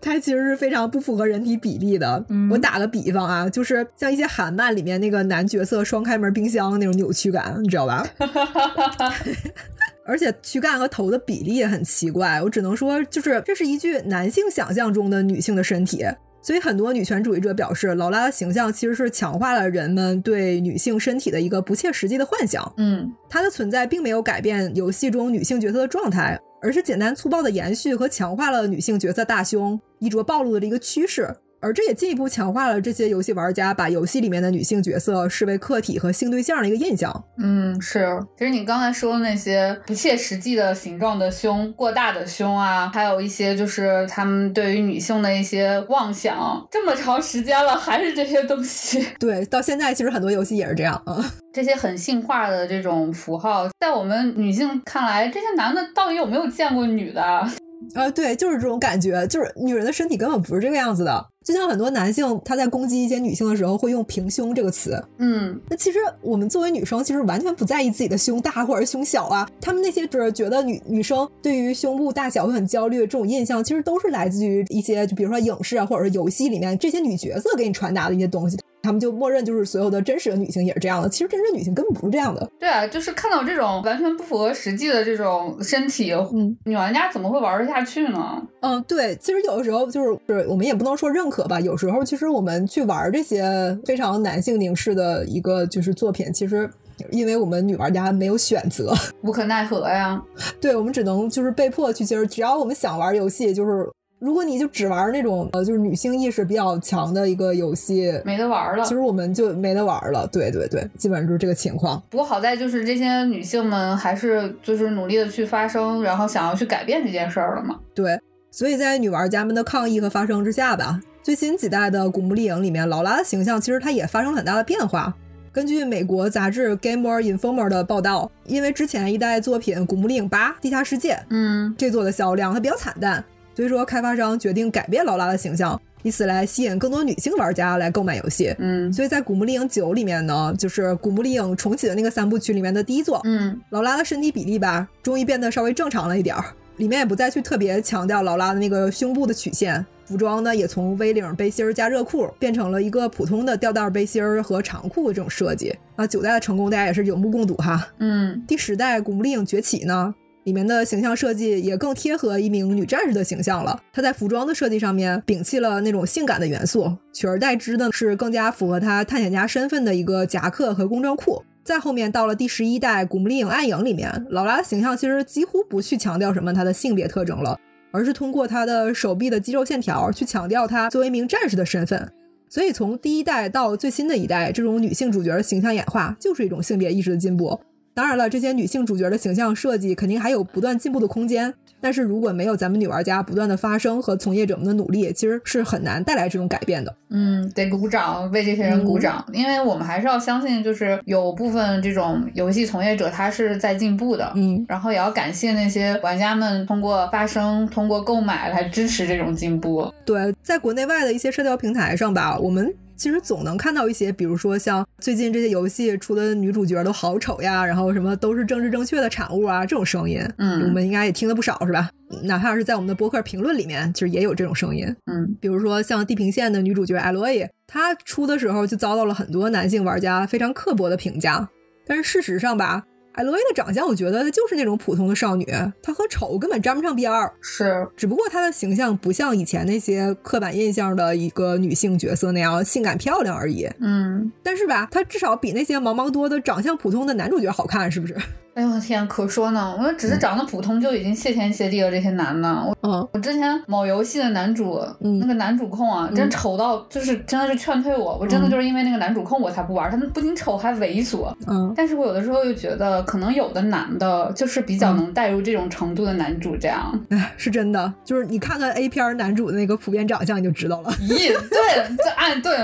B: 它其实是非常不符合人体比例的。
A: 嗯
B: 我打个比方啊，就是像一些韩漫里面那个男角色双开门冰箱那种扭曲感，你知道吧？ 而且躯干和头的比例也很奇怪，我只能说，就是这是一具男性想象中的女性的身体。所以很多女权主义者表示，劳拉的形象其实是强化了人们对女性身体的一个不切实际的幻想。
A: 嗯
B: 它的存在并没有改变游戏中女性角色的状态，而是简单粗暴的延续和强化了女性角色大胸、衣着暴露的一个趋势。而这也进一步强化了这些游戏玩家把游戏里面的女性角色视为客体和性对象的一个印象。
A: 嗯，是。其实你刚才说的那些不切实际的形状的胸、过大的胸啊，还有一些就是他们对于女性的一些妄想，这么长时间了，还是这些东西。
B: 对，到现在其实很多游戏也是这样啊。
A: 这些很性化的这种符号，在我们女性看来，这些男的到底有没有见过女的啊？
B: 啊，对，就是这种感觉，就是女人的身体根本不是这个样子的。就像很多男性他在攻击一些女性的时候会用“平胸”这个词，
A: 嗯
B: 那其实我们作为女生，其实完全不在意自己的胸大或者胸小啊。她们那些只是觉得女女生对于胸部大小会很焦虑这种印象，其实都是来自于一些，就比如说影视啊，或者是游戏里面这些女角色给你传达的一些东西。她们就默认就是所有的真实的女性也是这样的，其实真实的女性根本不是这样的。
A: 对啊，就是看到这种完全不符合实际的这种身体，
B: 嗯
A: 女玩家怎么会玩得下去呢？
B: 嗯，对，其实有的时候就是是我们也不能说认可吧，有时候其实我们去玩这些非常男性凝视的一个就是作品，其实因为我们女玩家没有选择。
A: 无可奈何呀。
B: 对，我们只能就是被迫去接受。只要我们想玩游戏，就是如果你就只玩那种呃，就是女性意识比较强的一个游戏，
A: 没得玩了
B: 其。实我们就没得玩了。对对对，基本上就是这个情况。
A: 不过好在就是这些女性们还是就是努力的去发声，然后想要去改变这件事儿了嘛。
B: 对，所以在女玩家们的抗议和发声之下吧，最新几代的《古墓丽影》里面，劳拉的形象其实她也发生了很大的变化。根据美国杂志《Gamer Informer》的报道，因为之前一代作品《古墓丽影八：地下世界》
A: 嗯
B: 这座的销量它比较惨淡，所以说开发商决定改变劳拉的形象，以此来吸引更多女性玩家来购买游戏。
A: 嗯
B: 所以在《古墓丽影九》里面呢，就是《古墓丽影重启》的那个三部曲里面的第一作，
A: 嗯
B: 劳拉的身体比例吧，终于变得稍微正常了一点儿。 里面也不再去特别强调劳拉的那个胸部的曲线，服装呢也从 V 领背心儿加热裤变成了一个普通的吊带背心儿和长裤这种设计。啊，九代的成功大家也是有目共睹哈。
A: 嗯
B: 第十代《古墓丽影崛起》呢，里面的形象设计也更贴合一名女战士的形象了。她在服装的设计上面摒弃了那种性感的元素，取而代之的是更加符合她探险家身份的一个夹克和工装裤。再后面到了第十一代《古墓丽影暗影》里面，劳拉的形象其实几乎不去强调什么她的性别特征了，而是通过她的手臂的肌肉线条去强调她作为一名战士的身份。所以从第一代到最新的一代，这种女性主角的形象演化就是一种性别意识的进步。当然了，这些女性主角的形象设计肯定还有不断进步的空间，但是如果没有咱们女玩家不断的发声和从业者们的努力，其实是很难带来这种改变的。
A: 嗯，得鼓掌，为这些人鼓掌，因为我们还是要相信，就是有部分这种游戏从业者他是在进步的。
B: 嗯，
A: 然后也要感谢那些玩家们通过发声、通过购买来支持这种进步。
B: 对，在国内外的一些社交平台上吧，我们其实总能看到一些，比如说像最近这些游戏出的女主角都好丑呀，然后什么都是政治正确的产物啊，这种声音，
A: 嗯
B: 我们应该也听了不少，是吧？嗯哪怕是在我们的博客评论里面，其实也有这种声音。
A: 嗯
B: 比如说像《地平线》的女主角艾洛伊，她出的时候就遭到了很多男性玩家非常刻薄的评价。但是事实上吧，艾洛伊的长相，我觉得她就是那种普通的少女，她和丑根本沾不上边儿。
A: 是，
B: 只不过她的形象不像以前那些刻板印象的一个女性角色那样性感漂亮而已。
A: 嗯，
B: 但是吧，她至少比那些毛毛多的长相普通的男主角好看，是不是？
A: 哎呦我天，可说呢！我只是长得普通就已经谢天谢地了。这些男的，我
B: 嗯
A: 我之前某游戏的男主，
B: 嗯
A: 那个男主控啊，真丑到就是真的是劝退我，我真的就是因为那个男主控我才不玩。他们不仅丑还猥琐，
B: 嗯
A: 但是我有的时候又觉得，可能有的男的就是比
B: 嗯
A: 较能带入这种程度的男主这样。
B: 哎，是真的，就是你看看 A 片儿男主的那个普遍长相你就知道了。
A: 咦，对，这按对，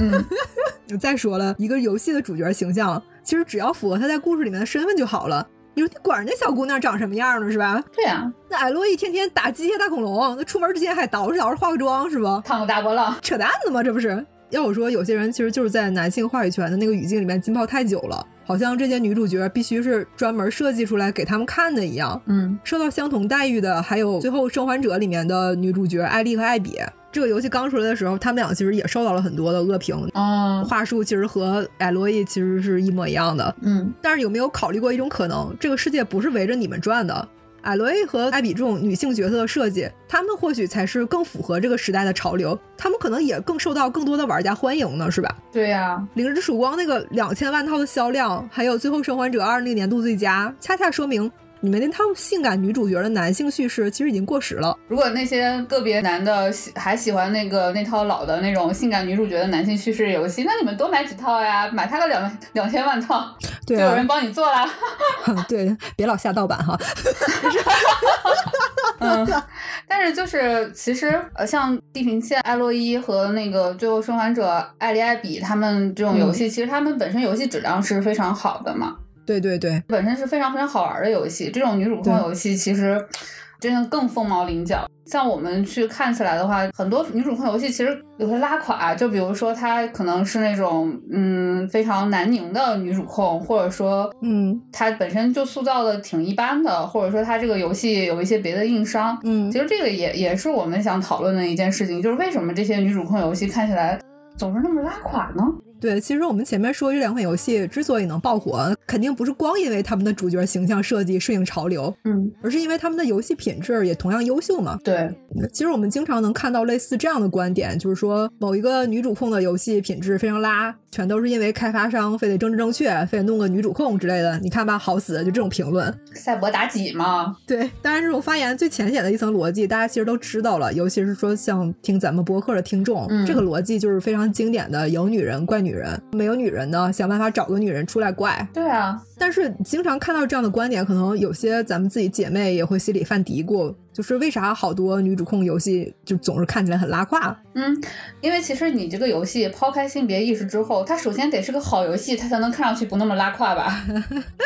A: 嗯，
B: 再说了，一个游戏的主角形象，其实只要符合他在故事里面的身份就好了。你说你管人家小姑娘长什么样呢，是吧？
A: 对啊呀，
B: 那艾洛伊天天打机械大恐龙，那出门之前还捯饬捯饬化个妆是吧？
A: 烫个大波浪，
B: 扯淡呢吗？这不是？要我说，有些人其实就是在男性话语权的那个语境里面浸泡太久了，好像这些女主角必须是专门设计出来给他们看的一样。
A: 嗯，
B: 受到相同待遇的还有《最后生还者》里面的女主角艾丽和艾比。这个游戏刚出来的时候，他们俩其实也受到了很多的恶评，
A: 哦，
B: 话术其实和艾洛伊其实是一模一样的。
A: 嗯，
B: 但是有没有考虑过一种可能，这个世界不是围着你们转的？艾洛伊和艾比这种女性角色的设计，她们或许才是更符合这个时代的潮流，她们可能也更受到更多的玩家欢迎呢，是吧？
A: 对呀，
B: 《零之曙光》那个两千万套的销量，还有《最后生还者二》那个年度最佳，恰恰说明你们那套性感女主角的男性叙事其实已经过时了。
A: 如果那些个别男的喜还喜欢那个那套老的那种性感女主角的男性叙事游戏，那你们多买几套呀，买它个两两千万套，就
B: 对啊
A: 有人帮你做啦。
B: 对，别老下盗版哈。
A: 嗯， 但是就是其实呃，像《地平线》、艾洛伊和那个《最后生还者》、艾莉艾比他们这种游
B: 嗯
A: 戏，其实他们本身游戏质量是非常好的嘛，
B: 对对对，
A: 本身是非常非常好玩的游戏。这种女主控
B: 对
A: 游戏其实 真的更凤毛麟角。像我们去看起来的话，很多女主控游戏其实有些拉垮，啊就比如说她可能是那种嗯非常南宁的女主控，或者说
B: 嗯
A: 她本身就塑造的挺一般的，或者说她这个游戏有一些别的硬伤。
B: 嗯
A: 其实这个也也是我们想讨论的一件事情，就是为什么这些女主控游戏看起来总是那么拉垮呢？
B: 对，其实我们前面说这两款游戏之所以能爆火，肯定不是光因为他们的主角形象设计顺应潮流，
A: 嗯，
B: 而是因为他们的游戏品质也同样优秀嘛。
A: 对，
B: 其实我们经常能看到类似这样的观点，就是说某一个女主控的游戏品质非常拉，全都是因为开发商非得政治正确，非得弄个女主控之类的。你看吧，好死就这种评论。
A: 赛博妲己嘛，
B: 对，当然这种发言最浅显的一层逻辑，大家其实都知道了，尤其是说像听咱们播客的听众，
A: 嗯
B: 这个逻辑就是非常经典的，有女人怪女人，没有女人呢，想办法找个女人出来怪。
A: 对啊，
B: 但是经常看到这样的观点，可能有些咱们自己姐妹也会心里犯嘀咕，就是为啥好多女主控游戏就总是看起来很拉胯？
A: 嗯，因为其实你这个游戏抛开性别意识之后，它首先得是个好游戏，它才能看上去不那么拉胯吧。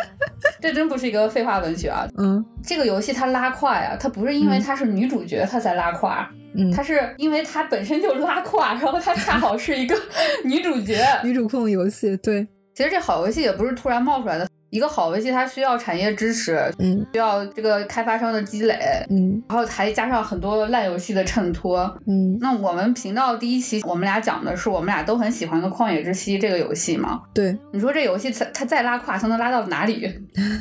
A: 这真不是一个废话文学啊！
B: 嗯
A: 这个游戏它拉胯呀，它不是因为
B: 嗯
A: 它是女主角它才拉胯，
B: 嗯，
A: 它是因为它本身就拉胯，然后它恰好是一个 女主角。
B: 女主控游戏，对，
A: 其实这好游戏也不是突然冒出来的，一个好游戏它需要产业支持，
B: 嗯
A: 需要这个开发商的积累，
B: 嗯
A: 然后还加上很多烂游戏的衬托。
B: 嗯，
A: 那我们频道第一期，我们俩讲的是我们俩都很喜欢的《旷野之息》这个游戏嘛。
B: 对，
A: 你说这游戏它它再拉胯，它能拉到哪里？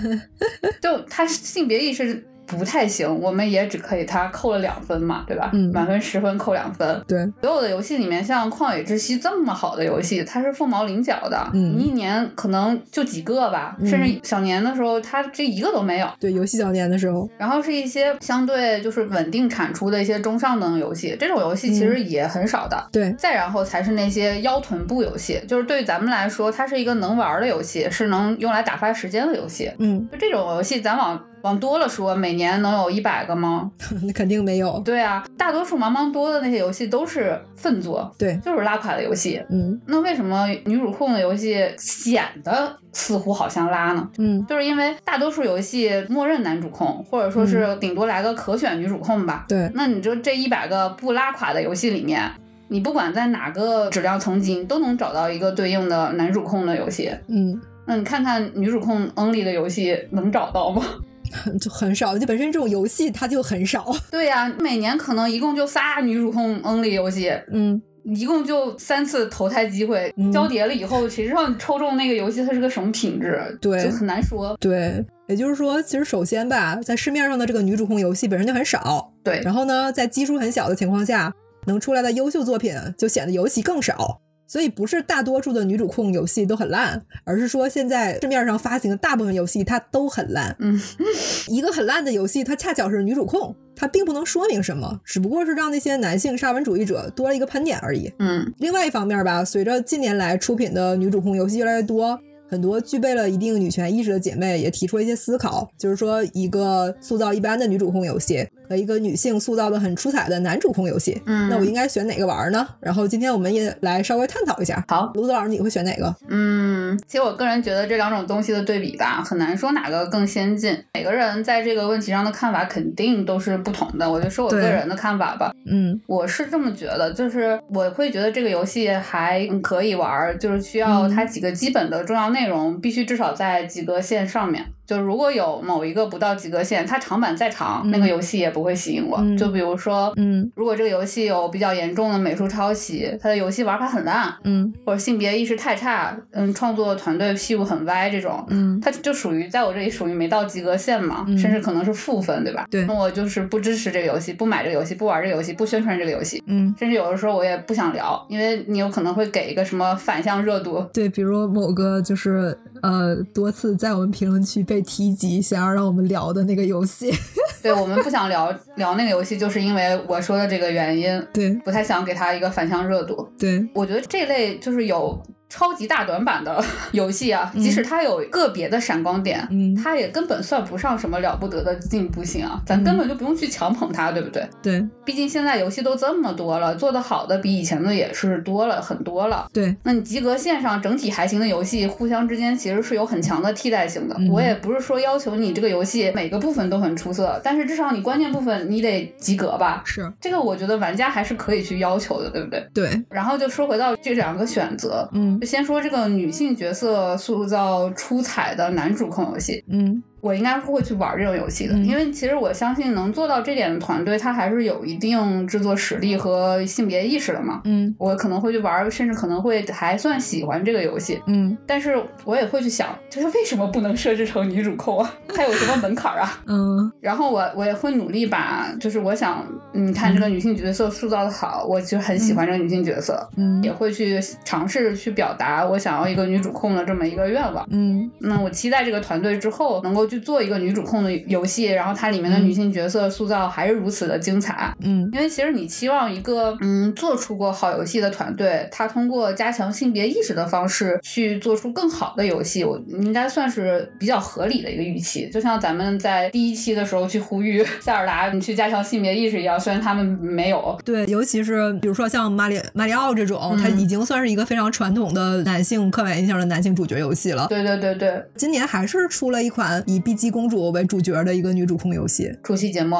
A: 就它性别意识不太行，我们也只可以它扣了两分嘛，对吧？
B: 嗯
A: 满分十分扣两分。
B: 对，
A: 所有的游戏里面，像《旷野之息》这么好的游戏，它是凤毛麟角的，
B: 嗯
A: 你一年可能就几个吧，
B: 嗯
A: 甚至小年的时候，它这一个都没有。
B: 对，游戏小年的时候，
A: 然后是一些相对就是稳定产出的一些中上等游戏，这种游戏其实
B: 嗯
A: 也很少的。
B: 对，
A: 再然后才是那些腰臀部游戏，就是对咱们来说，它是一个能玩的游戏，是能用来打发时间的游戏。
B: 嗯，
A: 就这种游戏，咱往往多了说，每年能有一百个吗？
B: 那肯定没有，
A: 对啊，大多数茫茫多的那些游戏都是粪作，
B: 对，
A: 就是拉垮的游戏。
B: 嗯
A: 那为什么女主控的游戏显得似乎好像拉呢？
B: 嗯
A: 就是因为大多数游戏默认男主控，或者说是顶多来个可选女主控吧。
B: 对，
A: 那你就这一百个不拉垮的游戏里面，你不管在哪个质量层级，你都能找到一个对应的男主控的游戏。
B: 嗯，
A: 那你看看女主控 only 的游戏能找到吗？
B: 就很少，就本身这种游戏它就很少，
A: 对呀、每年可能一共就仨女主控 only 游戏，
B: 嗯
A: 一共就三次投胎机会，
B: 嗯
A: 交叠了以后，谁知道你抽中那个游戏它是个什么品质？
B: 对
A: 就很难说。
B: 对。也就是说，其实首先吧，在市面上的这个女主控游戏本身就很少，
A: 对，
B: 然后呢，在基数很小的情况下，能出来的优秀作品就显得尤其更少。所以不是大多数的女主控游戏都很烂，而是说现在市面上发行的大部分游戏它都很烂。
A: 嗯，
B: 一个很烂的游戏，它恰巧是女主控，它并不能说明什么，只不过是让那些男性沙文主义者多了一个盘点而已。
A: 嗯
B: 另外一方面吧，随着近年来出品的女主控游戏越来越多，很多具备了一定女权意识的姐妹也提出了一些思考，就是说一个塑造一般的女主控游戏和一个女性塑造的很出彩的男主控游戏，
A: 嗯，
B: 那我应该选哪个玩儿呢？然后今天我们也来稍微探讨一下。
A: 好，
B: 卢子老师，你会选哪个？
A: 嗯，其实我个人觉得这两种东西的对比吧，很难说哪个更先进。每个人在这个问题上的看法肯定都是不同的。我就说我个
B: 对
A: 人的看法吧，
B: 嗯
A: 我是这么觉得，就是我会觉得这个游戏还嗯可以玩儿，就是需要
B: 嗯
A: 它几个基本的重要内容必须至少在及格线上面。就如果有某一个不到及格线，它长板再长，
B: 嗯
A: 那个游戏也不会吸引我。
B: 嗯
A: 就比如说。
B: 嗯
A: 如果这个游戏有比较严重的美术抄袭，它的游戏玩法很烂，
B: 嗯
A: 或者性别意识太差，嗯，创作团队屁股很歪这种，
B: 嗯
A: 它就属于在我这里属于没到及格线嘛，
B: 嗯
A: 甚至可能是负分，对吧？
B: 对
A: 那我就是不支持这个游戏，不买这个游戏，不玩这个游戏，不宣传这个游戏，
B: 嗯，
A: 甚至有的时候我也不想聊，因为你有可能会给一个什么反向热度。
B: 对，比如某个就是呃多次在我们评论区被提及，想要让我们聊的那个游戏。
A: 对我们不想聊聊那个游戏，就是因为我说的这个原因，
B: 对
A: 不太想给它一个反向热度。
B: 对，
A: 我觉得这类就是有超级大短板的 游戏啊，
B: 嗯
A: 即使它有个别的闪光点，
B: 嗯
A: 它也根本算不上什么了不得的进步性啊，咱
B: 嗯
A: 根本就不用去强捧它，对不对？
B: 对
A: 毕竟现在游戏都这么多了，做得好的比以前的也是多了很多了。
B: 对，
A: 那你及格线上整体还行的游戏，互相之间其实是有很强的替代性的。
B: 嗯
A: 我也不是说要求你这个游戏每个部分都很出色，但是至少你关键部分你得及格吧。
B: 是，
A: 这个我觉得玩家还是可以去要求的，对不对？
B: 对，
A: 然后就说回到这两个选择，
B: 嗯
A: 就先说这个女性角色塑造出彩的男主控游戏，
B: 嗯
A: 我应该是会去玩这种游戏的，
B: 嗯
A: 因为其实我相信能做到这点的团队，它还是有一定制作实力和性别意识的嘛。
B: 嗯
A: 我可能会去玩，甚至可能会还算喜欢这个游戏，
B: 嗯
A: 但是我也会去想，这个为什么不能设置成女主控啊？它有什么门槛啊？
B: 嗯
A: 然后我我也会努力把，就是我想，嗯，看这个女性角色塑造的好，我其实很喜欢这个女性角色，也
B: 嗯
A: 会去尝试去表达我想要一个女主控的这么一个愿望。
B: 嗯
A: 那我期待这个团队之后能够去做一个女主控的游戏，然后它里面的
B: 嗯
A: 女性角色塑造还是如此的精彩。
B: 嗯
A: 因为其实你期望一个嗯做出过好游戏的团队，它通过加强性别意识的方式去做出更好的游戏，我应该算是比较合理的一个预期。就像咱们在第一期的时候去呼吁塞尔达你去加强性别意识一样，虽然他们没有，
B: 对，尤其是比如说像马里马里奥这种，它
A: 嗯
B: 已经算是一个非常传统的男性刻板印象的男性主角游戏了。
A: 对对对对，
B: 今年还是出了一款以碧姬公主为主角的一个女主控游戏，
A: 出期节目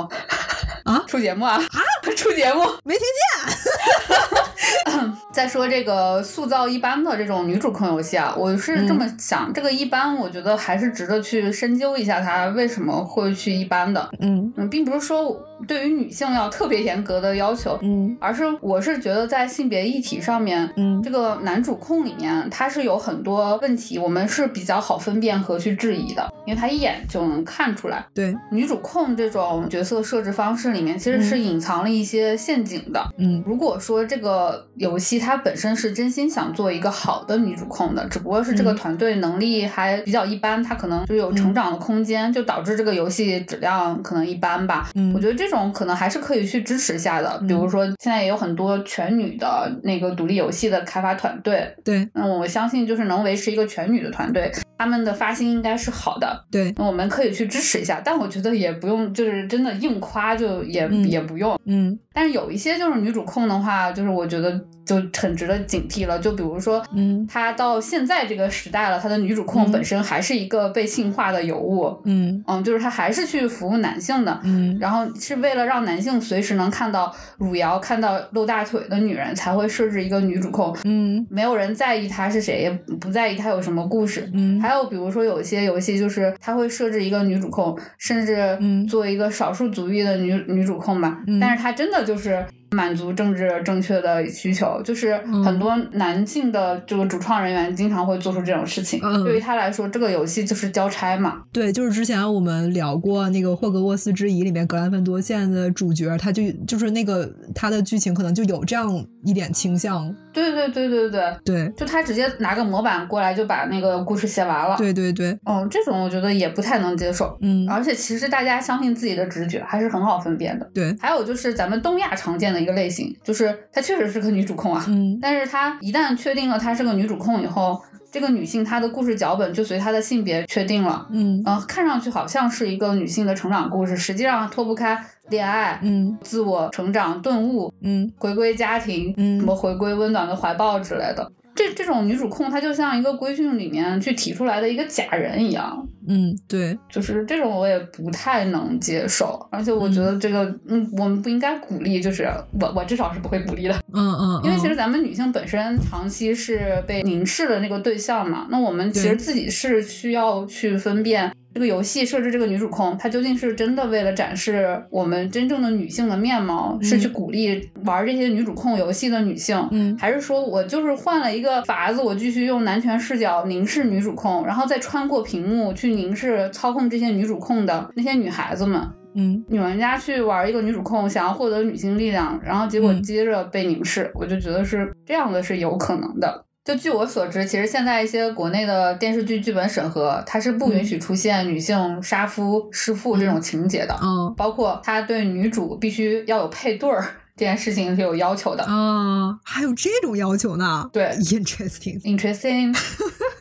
B: 啊
A: 出节目啊啊，出节目
B: 没听见？
A: 再说这个塑造一般的这种女主控游戏啊，我是
B: 嗯
A: 这么想，这个一般我觉得还是值得去深究一下它为什么会去一般的，
B: 嗯
A: 嗯，并不是说对于女性要特别严格的要求，
B: 嗯
A: 而是我是觉得在性别议题上面。
B: 嗯
A: 这个男主控里面，它是有很多问题，我们是比较好分辨和去质疑的，因为他一眼就能看出来。
B: 对，
A: 女主控这种角色设置方式里面，其实是隐藏了一些陷阱的。
B: 嗯
A: 如果说这个游戏它本身是真心想做一个好的女主控的，只不过是这个
B: 嗯
A: 团队能力还比较一般，它可能就有成长的空间，就导致这个游戏质量可能一般吧。
B: 嗯，
A: 我觉得这种可能还是可以去支持一下的，
B: 嗯
A: 比如说现在也有很多全女的那个独立游戏的开发团队，
B: 对
A: 那我相信就是能维持一个全女的团队，他们的发心应该是好的，
B: 对，
A: 那我们可以去支持一下，但我觉得也不用，就是真的硬夸就也、
B: 嗯
A: 也不用。
B: 嗯
A: 但是有一些就是女主控的话，就是我觉得就很值得警惕了。就比如说，
B: 嗯
A: 她到现在这个时代了，她的女主控
B: 嗯
A: 本身还是一个被性化的尤物，
B: 嗯
A: 嗯，就是她还是去服务男性的。
B: 嗯
A: 然后是为了让男性随时能看到汝窑、看到露大腿的女人，才会设置一个女主控。
B: 嗯
A: 没有人在意她是谁，也不在意她有什么故事。
B: 嗯，
A: 还有比如说有些游戏就是它会设置一个女主控，甚至
B: 嗯
A: 做一个少数族裔的女、女主控吧，
B: 嗯
A: 但是它真的就是满足政治正确的需求，就是
B: 嗯
A: 很多男性的这个主创人员经常会做出这种事情。
B: 嗯
A: 对于他来说，这个游戏就是交差嘛。
B: 对，就是之前我们聊过那个《霍格沃斯之遗》里面格兰芬多现的主角，他就就是那个他的剧情可能就有这样一点倾向。
A: 对对对对对，
B: 对，
A: 就他直接拿个模板过来就把那个故事写完了。，
B: 对对对，
A: 嗯，这种我觉得也不太能接受。
B: 嗯，
A: 而且其实大家相信自己的直觉还是很好分辨的。
B: 对，
A: 还有就是咱们东亚常见的一个类型，就是它确实是个女主控啊，
B: 嗯，
A: 但是她一旦确定了她是个女主控以后，这个女性她的故事脚本就随她的性别确定了。
B: 嗯，
A: 呃，看上去好像是一个女性的成长故事，实际上脱不开恋爱、
B: 嗯，
A: 啊自我成长、顿悟、
B: 嗯，
A: 回归家庭、
B: 嗯
A: 什么回归温暖的怀抱之类的。这这种女主控，她就像一个规训里面去提出来的一个假人一样，
B: 嗯，对，
A: 就是这种我也不太能接受，而且我觉得这个，嗯，我们不应该鼓励，就是我我至少是不会鼓励的，
B: 嗯嗯，
A: 因为其实咱们女性本身长期是被凝视的那个对象嘛，那我们其实
B: 对
A: 自己是需要去分辨这个游戏设置这个女主控，她究竟是真的为了展示我们真正的女性的面貌，是去鼓励玩这些女主控游戏的女性，
B: 嗯
A: 还是说我就是换了一个法子，我继续用男权视角凝视女主控，然后再穿过屏幕去凝视操控这些女主控的那些女孩子们？
B: 嗯
A: 女玩家去玩一个女主控，想要获得女性力量，然后结果
B: 嗯
A: 接着被凝视，我就觉得是这样的，是有可能的。就据我所知，其实现在一些国内的电视剧剧本审核，它是不允许出现女性杀夫弑父这种情节的，
B: 哦
A: 包括它对女主必须要有配对儿这件事情是有要求的。
B: 哦，还有这种要求呢？
A: 对
B: ，interesting。
A: interesting，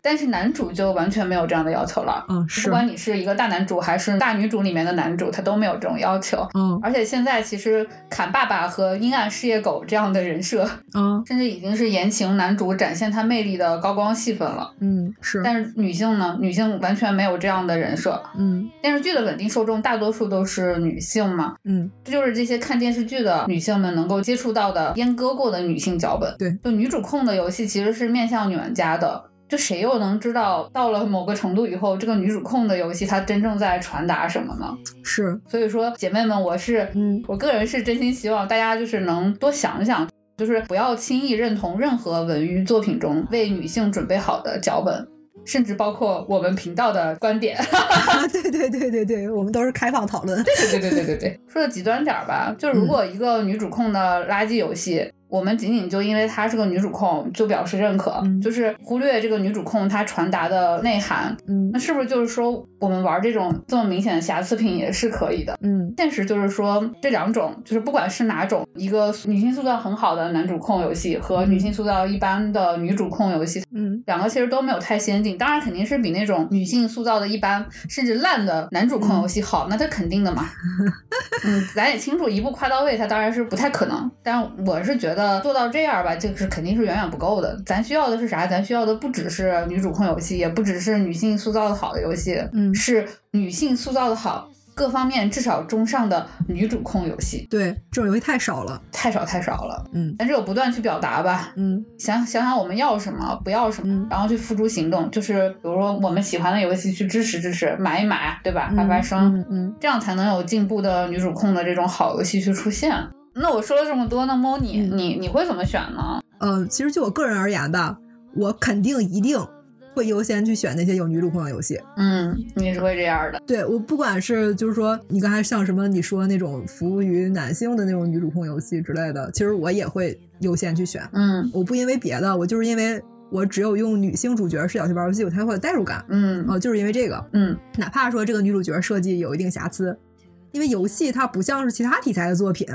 A: 但是男主就完全没有这样的要求了。
B: 嗯，
A: 不
B: 是，
A: 管你是一个大男主还是大女主里面的男主，他都没有这种要求。
B: 嗯
A: 而且现在其实砍爸爸和阴暗事业狗这样的人设，
B: 嗯
A: 甚至已经是言情男主展现他魅力的高光戏份了。
B: 嗯，是，
A: 但是女性呢，女性完全没有这样的人设。
B: 嗯
A: 电视剧的稳定受众大多数都是女性嘛，
B: 嗯
A: 这就是这些看电视剧的女性们能够接触到的阉割过的女性脚本。
B: 对，
A: 就女主控的游戏其实是面向女玩家的。就谁又能知道到了某个程度以后，这个女主控的游戏它真正在传达什么呢？
B: 是，
A: 所以说，姐妹们，我是
B: 嗯
A: 我个人是真心希望大家就是能多想想，就是不要轻易认同任何文娱作品中为女性准备好的脚本，甚至包括我们频道的观点。
B: 啊，对对对对对，我们都是开放 讨论。
A: 对对对对对对，说的极端点儿吧，就
B: 嗯
A: 如果一个女主控的垃圾游戏。我们仅仅就因为她是个女主控就表示认可，
B: 嗯
A: 就是忽略这个女主控她传达的内涵，
B: 嗯
A: 那是不是就是说我们玩这种这么明显的瑕疵品也是可以的？
B: 嗯
A: 现实就是说，这两种就是不管是哪种，一个女性塑造很好的男主控游戏和女性塑造一般的女主控游戏，
B: 嗯
A: 两个其实都没有太先进。当然，肯定是比那种女性塑造的一般甚至烂的男主
B: 嗯
A: 控游戏好，那它肯定的嘛。 嗯，咱也清楚，一步跨到位，它当然是不太可能。但我是觉得做到这样吧，这个是肯定是远远不够的。咱需要的是啥？咱需要的不只是女主控游戏，也不只是女性塑造的好的游戏，
B: 嗯，
A: 是女性塑造的好，各方面至少中上的女主控游戏
B: 对，这种游戏太少了。
A: 太少太少了。
B: 嗯
A: 咱只有不断去表达吧，
B: 嗯
A: 想想想我们要什么，不要什么，
B: 嗯
A: 然后去付诸行动。就是比如说我们喜欢的游戏去支持支持，买一买，对吧？
B: 嗯
A: 发发声，
B: 嗯嗯
A: 这样才能有进步的女主控的这种好游戏去出现。那我说了这么多，那 m 你
B: 嗯
A: 你你会怎么选呢？
B: 呃，其实就我个人而言吧，我肯定一定会优先去选那些有女主控的游戏。
A: 嗯，你是会这样的，
B: 对我不管是就是说你刚才像什么你说那种服务于男性的那种女主控游戏之类的，其实我也会优先去选。
A: 嗯
B: 我不因为别的，我就是因为我只有用女性主角视角去玩游戏，我才会有代入感。
A: 嗯
B: 哦、就是因为这个，
A: 嗯
B: 哪怕说这个女主角设计有一定瑕疵，因为游戏它不像是其他题材的作品，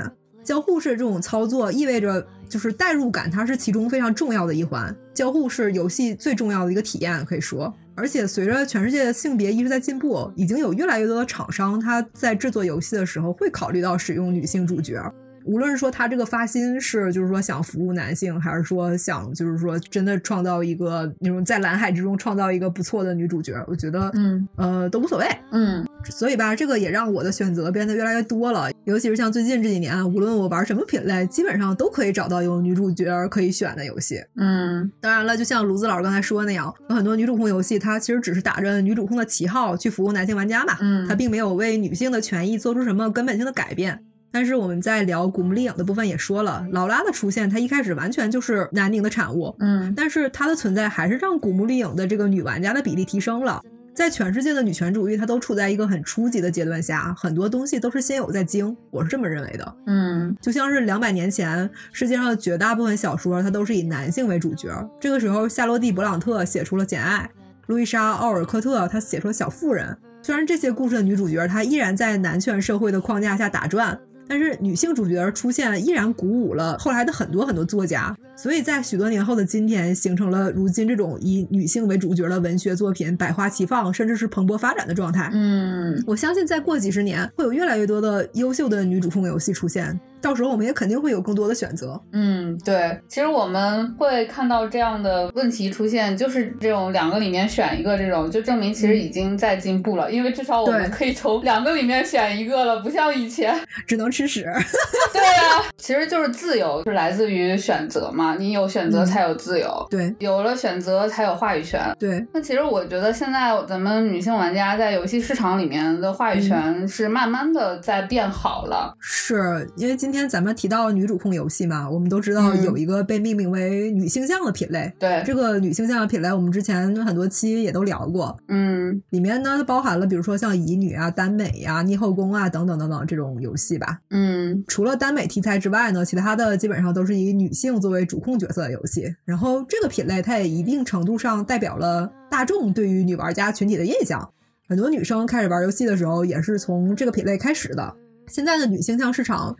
B: 交互式这种操作意味着就是代入感，它是其中非常重要的一环。交互是游戏最重要的一个体验，可以说。而且随着全世界的性别意识在进步，已经有越来越多的厂商，他在制作游戏的时候会考虑到使用女性主角。无论是说他这个发心是就是说想服务男性，还是说想就是说真的创造一个那种在蓝海之中创造一个不错的女主角，我觉得
A: 嗯
B: 呃都无所谓。
A: 嗯
B: 所以吧，这个也让我的选择变得越来越多了。尤其是像最近这几年，啊无论我玩什么品类，基本上都可以找到有女主角可以选的游戏。
A: 嗯
B: 当然了，就像卢子老师刚才说那样，有很多女主控游戏，它其实只是打着女主控的旗号去服务男性玩家嘛，
A: 嗯
B: 它并没有为女性的权益做出什么根本性的改变。但是我们在聊古墓丽影的部分也说了，劳拉的出现，她一开始完全就是南宁的产物，
A: 嗯
B: 但是她的存在还是让古墓丽影的这个女玩家的比例提升了。在全世界的女权主义，它都处在一个很初级的阶段下，很多东西都是先有再精，我是这么认为的。
A: 嗯
B: 就像是两百年前，世界上的绝大部分小说它都是以男性为主角。这个时候，夏洛蒂·勃朗特写出了《简爱》，路易莎·奥尔科特她写出了《小妇人》。虽然这些故事的女主角她依然在男权社会的框架下打转，但是女性主角出现依然鼓舞了后来的很多很多作家。所以在许多年后的今天，形成了如今这种以女性为主角的文学作品百花齐放，甚至是蓬勃发展的状态。
A: 嗯，
B: 我相信再过几十年，会有越来越多的优秀的女主控游戏出现，到时候我们也肯定会有更多的选择。
A: 嗯，对，其实我们会看到这样的问题出现，就是这种两个里面选一个这种，就证明其实已经在进步了，因为至少我
B: 对
A: 们可以从两个里面选一个了，不像以前。
B: 只能吃屎。
A: 对呀、其实就是自由，是来自于选择嘛，你有选择才有自由，
B: 对
A: 有了选择才有话语权。
B: 对，
A: 那其实我觉得现在咱们女性玩家在游戏市场里面的话语权是慢慢的在变好了。
B: 是因为今天咱们提到女主控游戏嘛，我们都知道
A: 嗯
B: 有一个被命名为女性向的品类。
A: 对，
B: 这个女性向的品类，我们之前很多期也都聊过，
A: 嗯
B: 里面呢包含了比如说像乙女啊、耽美呀、逆后宫啊等等等等这种游戏吧。
A: 嗯
B: 除了耽美题材之外呢，其他的基本上都是以女性作为主控角色的游戏。然后这个品类它也一定程度上代表了大众对于女玩家群体的印象。很多女生开始玩游戏的时候，也是从这个品类开始的。现在的女性向市场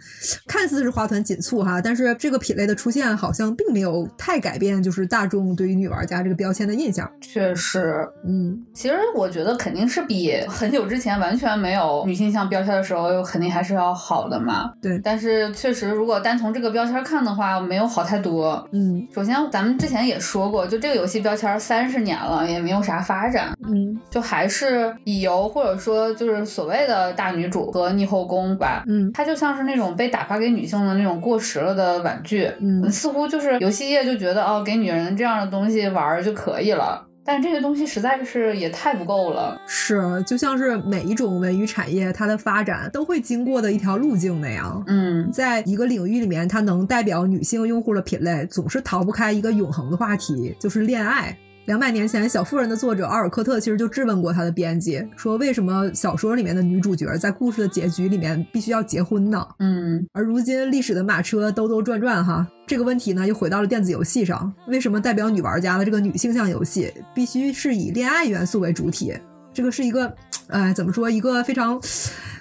B: 看似是花团锦簇哈，但是这个品类的出现好像并没有太改变，就是大众对于女玩家这个标签的印象。
A: 确实，
B: 嗯，
A: 其实我觉得肯定是比很久之前完全没有女性向标签的时候，肯定还是要好的嘛。
B: 对
A: 但是确实，如果单从这个标签看的话，没有好太多。
B: 嗯
A: 首先，咱们之前也说过，就这个游戏标签三十年了，也没有啥发展。
B: 嗯
A: 就还是乙游或者说就是所谓的大女主和逆后宫吧。
B: 嗯
A: 它就像是那种被打发给女性的那种过时了的玩具，
B: 嗯
A: 似乎就是游戏业就觉得哦，给女人这样的东西玩儿就可以了，但这个东西实在是也太不够了。
B: 是，就像是每一种文娱产业它的发展都会经过的一条路径那样。
A: 嗯，
B: 在一个领域里面，它能代表女性用户的品类，总是逃不开一个永恒的话题，就是恋爱。两百年前，《小妇人》的作者奥尔科特其实就质问过他的编辑，说为什么小说里面的女主角在故事的结局里面必须要结婚呢？
A: 嗯，
B: 而如今历史的马车兜兜转转哈，这个问题呢又回到了电子游戏上，为什么代表女玩家的这个女性向游戏必须是以恋爱元素为主体？这个是一个，呃，怎么说，一个非常，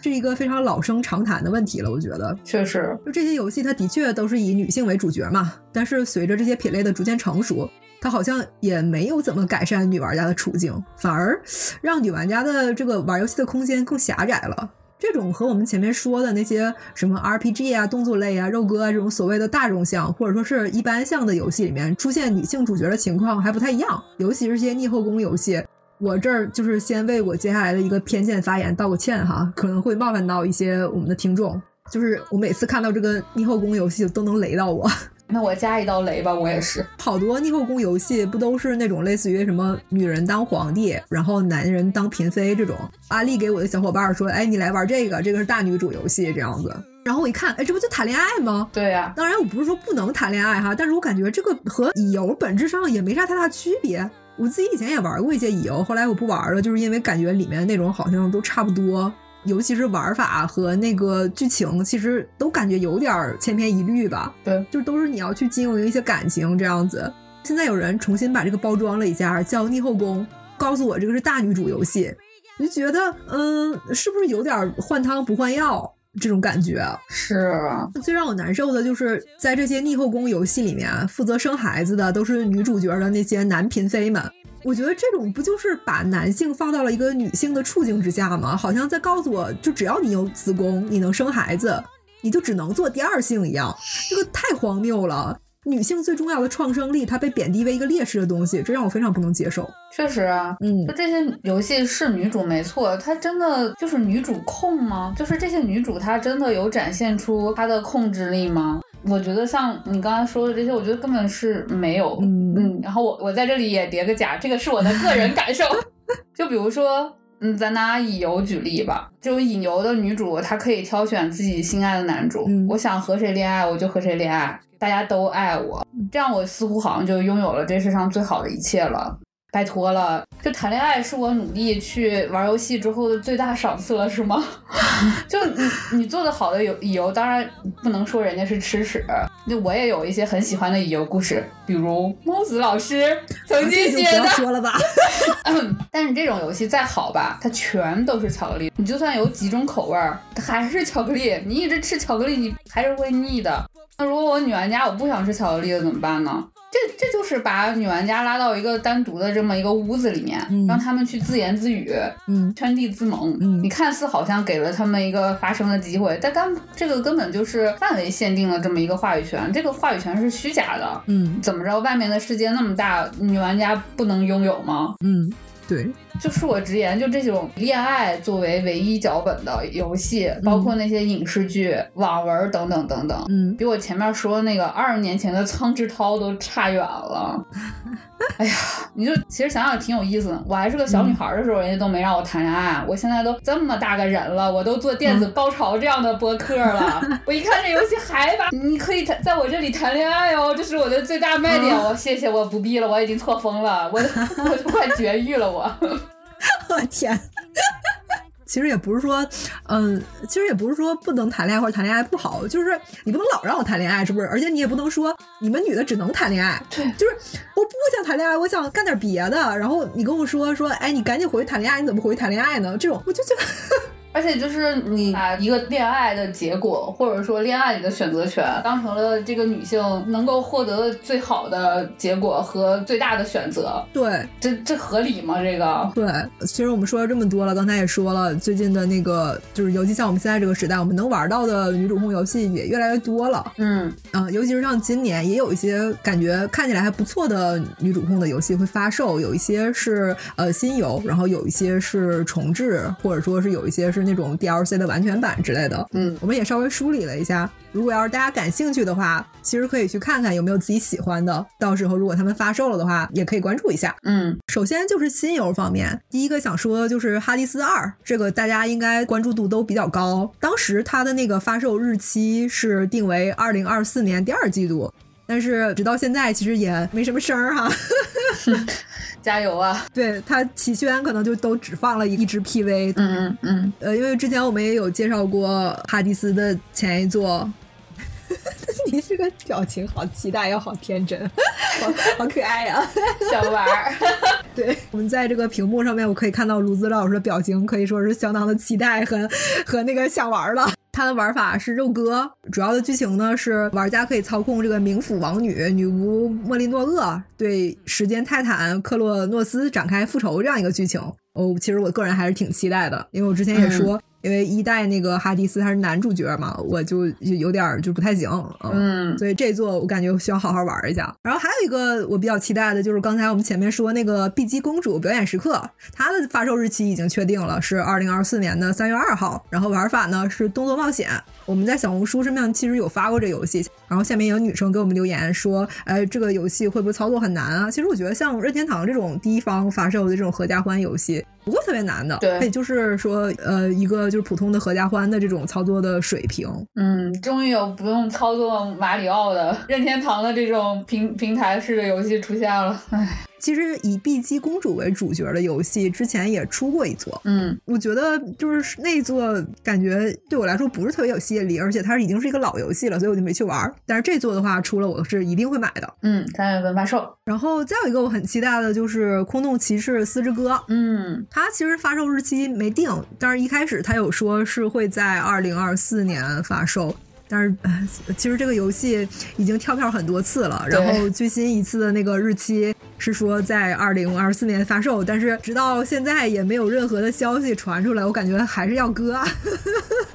B: 这是一个非常老生常谈的问题了，我觉得。
A: 确实，
B: 就这些游戏，它的确都是以女性为主角嘛，但是随着这些品类的逐渐成熟，它好像也没有怎么改善女玩家的处境，反而让女玩家的这个玩游戏的空间更狭窄了。这种和我们前面说的那些什么 RPG 啊、动作类啊、肉鸽啊这种所谓的大众向或者说是一般向的游戏里面出现女性主角的情况还不太一样，尤其是些逆后宫游戏，我这儿就是先为我接下来的一个偏见发言道个歉哈，可能会冒犯到一些我们的听众。就是我每次看到这个逆后宫游戏都能雷到我，
A: 那我加一道雷吧，我也是。
B: 好多逆后宫游戏不都是那种类似于什么女人当皇帝，然后男人当嫔妃这种？安利给我的小伙伴说，哎，你来玩这个，这个是大女主游戏这样子。然后我一看，哎，这不就谈恋爱吗？
A: 对啊呀、
B: 当然，我不是说不能谈恋爱哈，但是我感觉这个和乙游本质上也没啥太大区别。我自己以前也玩过一些乙游，后来我不玩了，就是因为感觉里面内容好像都差不多，尤其是玩法和那个剧情，其实都感觉有点儿千篇一律吧。
A: 对，
B: 就都是你要去经营一些感情这样子。现在有人重新把这个包装了一下，叫逆后宫，告诉我这个是大女主游戏，我就觉得，嗯，是不是有点儿换汤不换药这种感觉？
A: 是啊，
B: 最让我难受的就是，在这些逆后宫游戏里面，啊负责生孩子的都是女主角的那些男嫔妃们。我觉得这种不就是把男性放到了一个女性的处境之下吗？好像在告诉我，就只要你有子宫，你能生孩子，你就只能做第二性一样。这个太荒谬了！女性最重要的创生力，它被贬低为一个劣势的东西，这让我非常不能接受。
A: 确实啊。
B: 嗯
A: 就这些游戏是女主没错，她真的就是女主控吗？就是这些女主她真的有展现出她的控制力吗？我觉得像你刚才说的这些，我觉得根本是没有。
B: 嗯
A: 然后我我在这里也叠个假，这个是我的个人感受。就比如说。嗯，咱拿乙游举例吧，就乙游的女主，她可以挑选自己心爱的男主，
B: 嗯
A: 我想和谁恋爱我就和谁恋爱，大家都爱我，
B: 嗯
A: 这样我似乎好像就拥有了这世上最好的一切了。拜托了，就谈恋爱是我努力去玩游戏之后的最大赏赐了，是吗？ 就你你做的好的有乙游，当然不能说人家是吃屎。那我也有一些很喜欢的乙游故事，比如孟子老师曾经
B: 啊这就
A: 写
B: 不
A: 的
B: 要说了吧。
A: 但是这种游戏再好吧，它全都是巧克力。你就算有几种口味儿，它还是巧克力。你一直吃巧克力，你还是会腻的。那如果我女玩家我不想吃巧克力了，怎么办呢？这这就是把女玩家拉到一个单独的这么一个屋子里面，
B: 嗯
A: 让他们去自言自语，
B: 嗯，
A: 圈地自萌。
B: 嗯
A: 你看似好像给了他们一个发声的机会，但根这个根本就是范围限定了这么一个话语权，这个话语权是虚假的。
B: 嗯
A: 怎么着，外面的世界那么大，女玩家不能拥有吗？
B: 嗯，对，
A: 就恕我直言，就这种恋爱作为唯一脚本的游戏，包括那些影视剧、网文等等等等，
B: 嗯
A: 比我前面说那个二十年前的苍之涛都差远了。哎呀，你就其实想想挺有意思的。我还是个小女孩的时候，人家都没让我谈恋爱，我现在都这么大个人了，我都做电子报潮这样的播客了。我一看这游戏还把你可以谈在我这里谈恋爱哦，这是我的最大卖点。我、谢谢，我不必了，我已经错峰了，我 我都快绝育了我。
B: 我天。其实也不是说，嗯，其实也不是说不能谈恋爱或者谈恋爱不好，就是你不能老让我谈恋爱，是不是？而且你也不能说你们女的只能谈恋爱，
A: 对
B: 就是我不想谈恋爱，我想干点别的。然后你跟我说说，哎，你赶紧回去谈恋爱，你怎么回去谈恋爱呢？这种我就觉得，
A: 而且就是你把一个恋爱的结果，或者说恋爱里的选择权，当成了这个女性能够获得的最好的结果和最大的选择，
B: 对，
A: 这这合理吗？这个
B: 对，其实我们说了这么多了，刚才也说了，最近的那个就是，尤其像我们现在这个时代，我们能玩到的女主控游戏也越来越多了。
A: 嗯，
B: 嗯、尤其是像今年，也有一些感觉看起来还不错的女主控的游戏会发售，有一些是呃新游，然后有一些是重置，或者说是有一些是那种 DLC 的完全版之类的。
A: 嗯，
B: 我们也稍微梳理了一下，如果要是大家感兴趣的话，其实可以去看看有没有自己喜欢的，到时候如果他们发售了的话，也可以关注一下。
A: 嗯
B: 首先就是新游方面，第一个想说的就是《哈迪斯二》，这个大家应该关注度都比较高。当时它的那个发售日期是定为二零二四年第二季度，但是直到现在其实也没什么声儿哈。
A: 加油啊！
B: 对它起宣可能就都只放了一支 PV，
A: 嗯嗯
B: 呃，因为之前我们也有介绍过哈迪斯的前一作。 你这个表情好期待又好天真， 好好可爱呀、
A: 嗯，小玩儿，
B: 对，我们在这个屏幕上面，我可以看到卢子老师的表情，可以说是相当的期待和和那个想玩了。它的玩法是肉鸽，主要的剧情呢是玩家可以操控这个冥府王女女巫莫莉诺厄对时间泰坦克洛诺斯展开复仇这样一个剧情。哦，其实我个人还是挺期待的，因为我之前也说，因为一代那个哈迪斯他是男主角嘛，我就有有点儿就不太行。
A: 嗯
B: 所以这一座我感觉需要好好玩一下。然后还有一个我比较期待的就是刚才我们前面说那个碧姬公主表演时刻，它的发售日期已经确定了，是二零二四年的三月二号。然后玩法呢是动作冒险。我们在小红书上面其实有发过这游戏，然后下面有女生给我们留言说，哎，这个游戏会不会操作很难啊？其实我觉得像任天堂这种第一方发售的这种合家欢游戏，不会特别难的。
A: 对
B: 它也就是说，呃，一个就是普通的合家欢的这种操作的水平。
A: 嗯，终于有不用操作马里奥的任天堂的这种平平台式的游戏出现了。唉，
B: 其实以碧姬公主为主角的游戏之前也出过一座，
A: 嗯
B: 我觉得就是那一座感觉对我来说不是特别有吸引力，而且它已经是一个老游戏了，所以我就没去玩儿。但是这座的话，出了我是一定会买的。
A: 嗯，三月份发售。
B: 然后再有一个我很期待的就是《空洞骑士四之歌》，
A: 嗯
B: 它其实发售日期没定，但是一开始它有说是会在二零二四年发售。但是，呃其实这个游戏已经跳票很多次了。
A: 对
B: 然后最新一次的那个日期是说在二零二四年发售，但是直到现在也没有任何的消息传出来，我感觉还是要啊搁。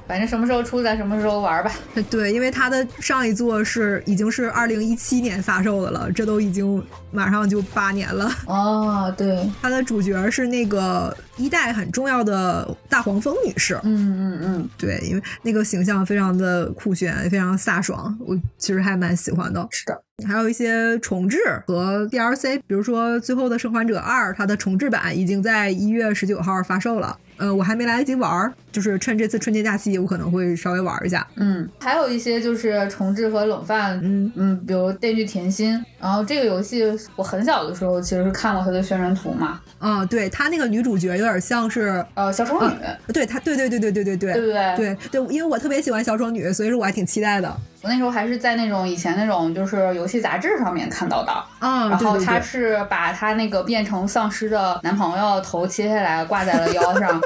A: 反正什么时候出咱什么时候玩吧。
B: 对，因为它的上一座是已经是二零一七年发售的了，这都已经马上就八年了。
A: 哦，对，
B: 它的主角是那个一代很重要的大黄蜂女士，
A: 嗯嗯嗯，
B: 对，因为那个形象非常的酷炫，非常飒爽，我其实还蛮喜欢的。
A: 是的。
B: 还有一些重置和 DLC，比如说《最后的生还者二》，它的重置版已经在一月十九号发售了。呃，我还没来得及玩儿，就是趁这次春节假期，我可能会稍微玩一下。
A: 嗯，还有一些就是重置和冷饭，
B: 嗯
A: 嗯，比如《电锯甜心》，然后这个游戏我很小的时候其实是看过它的宣传图嘛，
B: 啊、对，它那个女主角有点像是，
A: 呃，小丑女，
B: 对她，对对对对对对
A: 对不
B: 嗯对
A: 对？
B: 对对，因为我特别喜欢小丑女，所以说我还挺期待的。
A: 我那时候还是在那种以前那种就是游戏杂志上面看到的，
B: 啊，
A: 然
B: 对
A: 后
B: 对
A: 她
B: 对，
A: 是把她那个变成丧尸的男朋友头切下来挂在了腰 上，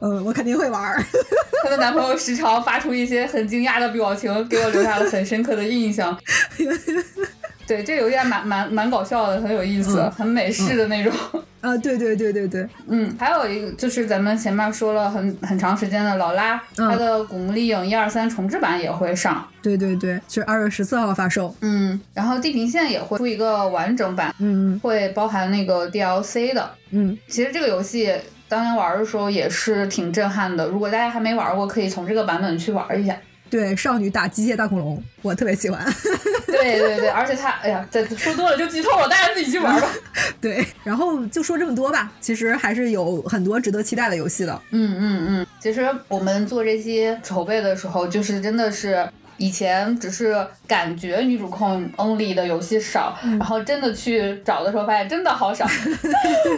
B: 嗯，我肯定会玩儿。
A: 她的男朋友时常发出一些很惊讶的表情，给我留下了很深刻的印 象。对，这游戏还蛮蛮蛮搞笑的，很有意思，
B: 嗯
A: 很美式的那种。
B: 啊，对对对对对，
A: 嗯，还有一个就是咱们前面说了很很长时间的劳拉，
B: 嗯
A: 她的《古墓丽影》一二三重置版也会上，
B: 对对对，是二月十四号发售。
A: 嗯，然后《地平线》也会出一个完整版，
B: 嗯
A: 会包含那个 DLC 的。
B: 嗯
A: 其实这个游戏当年玩的时候也是挺震撼的，如果大家还没玩过，可以从这个版本去玩一下。
B: 嗯，对，少女打机械大恐龙，我特别喜欢。
A: 对对对，而且它，哎呀，这说多了就剧透了，大家自己去玩吧。
B: 对，然后就说这么多吧。其实还是有很多值得期待的游戏的。
A: 嗯嗯嗯，其实我们做这些筹备的时候，就是真的是。以前只是感觉女主控 only 的游戏少，然后真的去找的时候发现真的好少。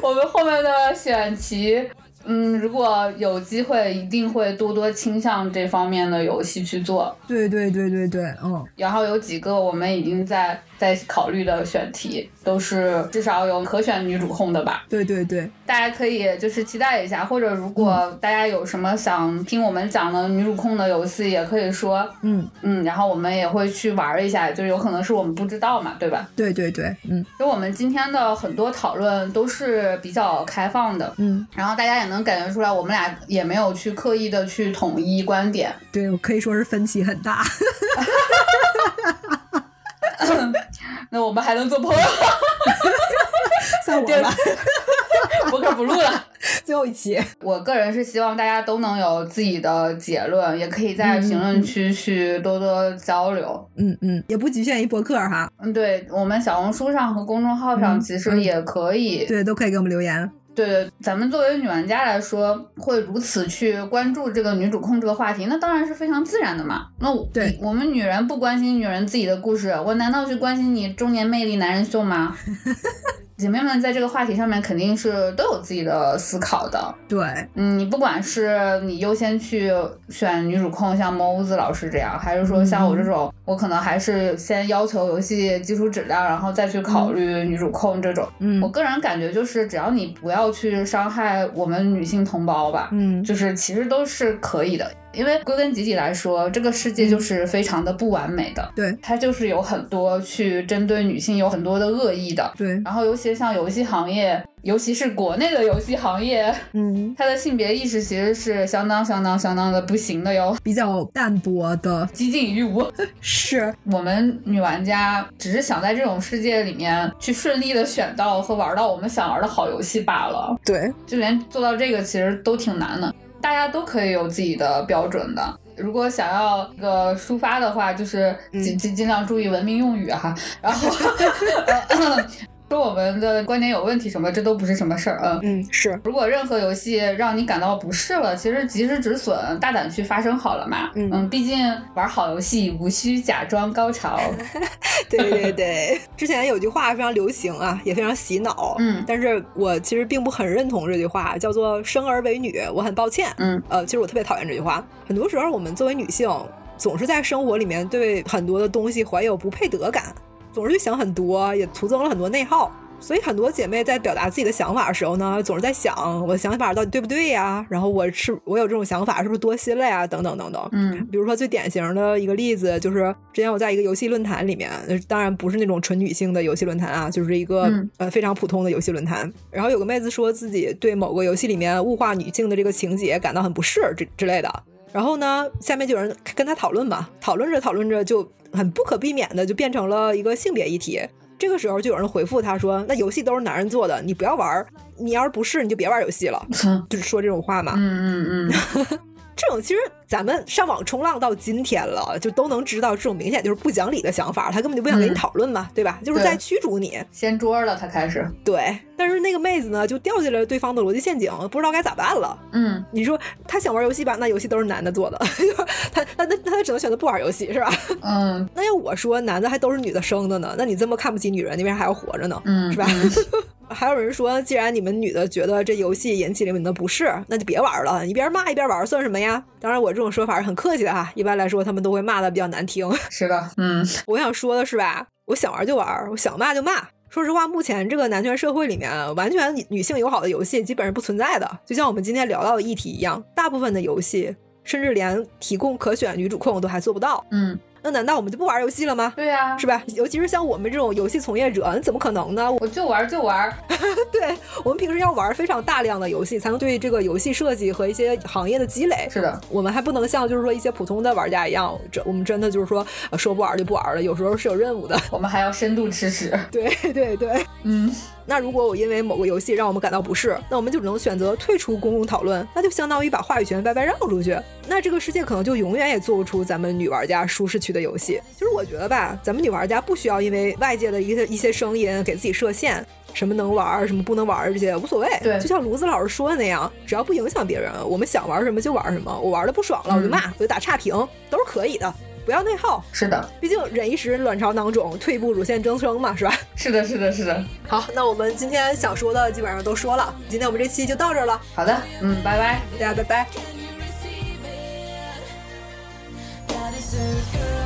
A: 我们后面的选题，嗯，如果有机会，一定会多多倾向这方面的游戏去做。
B: 对对对对对，嗯
A: 然后有几个我们已经在在考虑的选题，都是至少有可选女主控的吧。
B: 对对对，
A: 大家可以就是期待一下，或者如果大家有什么想听我们讲的女主控的游戏，也可以说，
B: 嗯
A: 嗯，然后我们也会去玩一下，就是有可能是我们不知道嘛，对吧？
B: 对对对，嗯
A: 就我们今天的很多讨论都是比较开放的，
B: 嗯，
A: 然后大家也能感觉出来，我们俩也没有去刻意的去统一观点，
B: 对，我可以说是分歧很大。
A: 那我们还能做朋友，
B: 算我吧，
A: 博客不录了。
B: 最后一期。
A: 我个人是希望大家都能有自己的结论，也可以在评论区去多多交流。
B: 嗯嗯，也不局限于博客哈，
A: 嗯，对我们小红书上和公众号上
B: 嗯
A: 其实也可以。
B: 对，都可以给我们留言。
A: 对对，咱们作为女玩家来说，会如此去关注这个女主控这个话题，那当然是非常自然的嘛。那我
B: 对
A: 我们女人不关心女人自己的故事，我难道去关心你中年魅力男人秀 吗？姐妹们在这个话题上面肯定是都有自己的思考的。
B: 对，
A: 嗯，你不管是你优先去选女主控，像猫子老师这样，还是说像
B: 嗯
A: 我这种，我可能还是先要求游戏基础质量，然后再去考虑女主控这种。
B: 嗯
A: 我个人感觉就是，只要你不要去伤害我们女性同胞吧，
B: 嗯，
A: 就是其实都是可以的。因为归根结底来说，这个世界就是非常的不完美的，
B: 嗯对
A: 它就是有很多去针对女性有很多的恶意的。
B: 对，
A: 然后，尤其像游戏行业，尤其是国内的游戏行业，
B: 嗯，
A: 他的性别意识其实是相当相当相当的不行的哟，
B: 比较淡薄的，
A: 几近于无。
B: 是，
A: 我们女玩家只是想在这种世界里面去顺利的选到和玩到我们想玩的好游戏罢了，
B: 对，
A: 就连做到这个其实都挺难的。大家都可以有自己的标准的。如果想要一个抒发的话，就是
B: 嗯
A: 尽尽尽量注意文明用语哈、然后 说我们的观点有问题什么，这都不是什么事儿，嗯。
B: 嗯，是，
A: 如果任何游戏让你感到不适了，其实及时止损，大胆去发声好了嘛。
B: 嗯
A: 毕竟玩好游戏无需假装高 潮。
B: 对对对。之前有句话非常流行啊，也非常洗脑，
A: 嗯
B: 但是我其实并不很认同这句话，叫做“生而为女”，我很抱歉。
A: 嗯，
B: 呃，其实我特别讨厌这句话。很多时候，我们作为女性，总是在生活里面对很多的东西怀有不配得感，总是去想很多，也徒增了很多内耗。所以很多姐妹在表达自己的想法的时候呢，总是在想我的想法到底对不对呀、然后我是我有这种想法是不是多心了呀？等等等等。
A: 嗯
B: 比如说最典型的一个例子，就是之前我在一个游戏论坛里面，呃当然不是那种纯女性的游戏论坛啊，就是一个、
A: 嗯
B: 呃非常普通的游戏论坛。然后有个妹子说自己对某个游戏里面物化女性的这个情节感到很不适之之类的。然后呢，下面就有人跟她讨论嘛，讨论着讨论着就很不可避免的就变成了一个性别议题。这个时候就有人回复她说：“那游戏都是男人做的，你不要玩儿，你要是不是你就别玩儿游戏了。”
A: 嗯
B: 就是说这种话嘛。
A: 嗯嗯，
B: 这种其实咱们上网冲浪到今天了，就都能知道这种明显就是不讲理的想法，他根本就不想跟你
A: 嗯
B: 讨论嘛，对吧？就是
A: 对
B: 在驱逐你。
A: 掀桌了，他开始，
B: 对，但是那个妹子呢，就掉进了对方的逻辑陷阱，不知道该咋办了。
A: 嗯，
B: 你说她想玩游戏吧，那游戏都是男的做的， 她那那那她只能选择不玩游戏，是吧？
A: 嗯
B: 那要我说，男的还都是女的生的呢，那你这么看不起女人，你为啥还要活着呢？
A: 嗯，
B: 是吧
A: 嗯？
B: 还有人说，既然你们女的觉得这游戏引起了你们的不适，那就别玩了，一边骂一边玩算什么呀？当然，我这种说法是很客气的哈， 一般来说他们都会骂的比较难听。
A: 是的，嗯
B: 我想说的是吧，我想玩就玩，我想骂就骂。说实话，目前这个男权社会里面，完全女性友好的游戏基本是不存在的。就像我们今天聊到的议题一样，大部分的游戏甚至连提供可选女主控都还做不到。
A: 嗯，
B: 那难道我们就不玩游戏了吗？
A: 对呀、
B: 是吧？尤其是像我们这种游戏从业者，你怎么可能呢？我
A: 我就玩儿就玩儿，
B: 对我们平时要玩非常大量的游戏，才能对这个游戏设计和一些行业的积累。
A: 是的，
B: 我们还不能像就是说一些普通的玩家一样，这我们真的就是说呃说不玩就不玩了，有时候是有任务的。
A: 我们还要深度吃屎，
B: 对对对。
A: 嗯
B: 那如果我因为某个游戏让我们感到不适，那我们就只能选择退出公共讨论，那就相当于把话语权白白让出去。那这个世界可能就永远也做不出咱们女玩家舒适区的游戏。其实我觉得吧，咱们女玩家不需要因为外界的一些一些声音给自己设限。什么能玩儿，什么不能玩儿，这些无所谓。
A: 对
B: 就像卢子老师说的那样，只要不影响别人，我们想玩什么就玩什么。我玩的不爽了，我就骂，我就打差评，都是可以的。不要内耗，
A: 是的，
B: 毕竟忍一时卵巢囊肿，退一步乳腺增生嘛，是吧？
A: 是的，是的，是的，
B: 好，那我们今天想说的基本上都说了，今天我们这期就到这儿了，
A: 好的，嗯，拜拜。
B: 大家拜拜。
C: Can you receive it? That is a girl.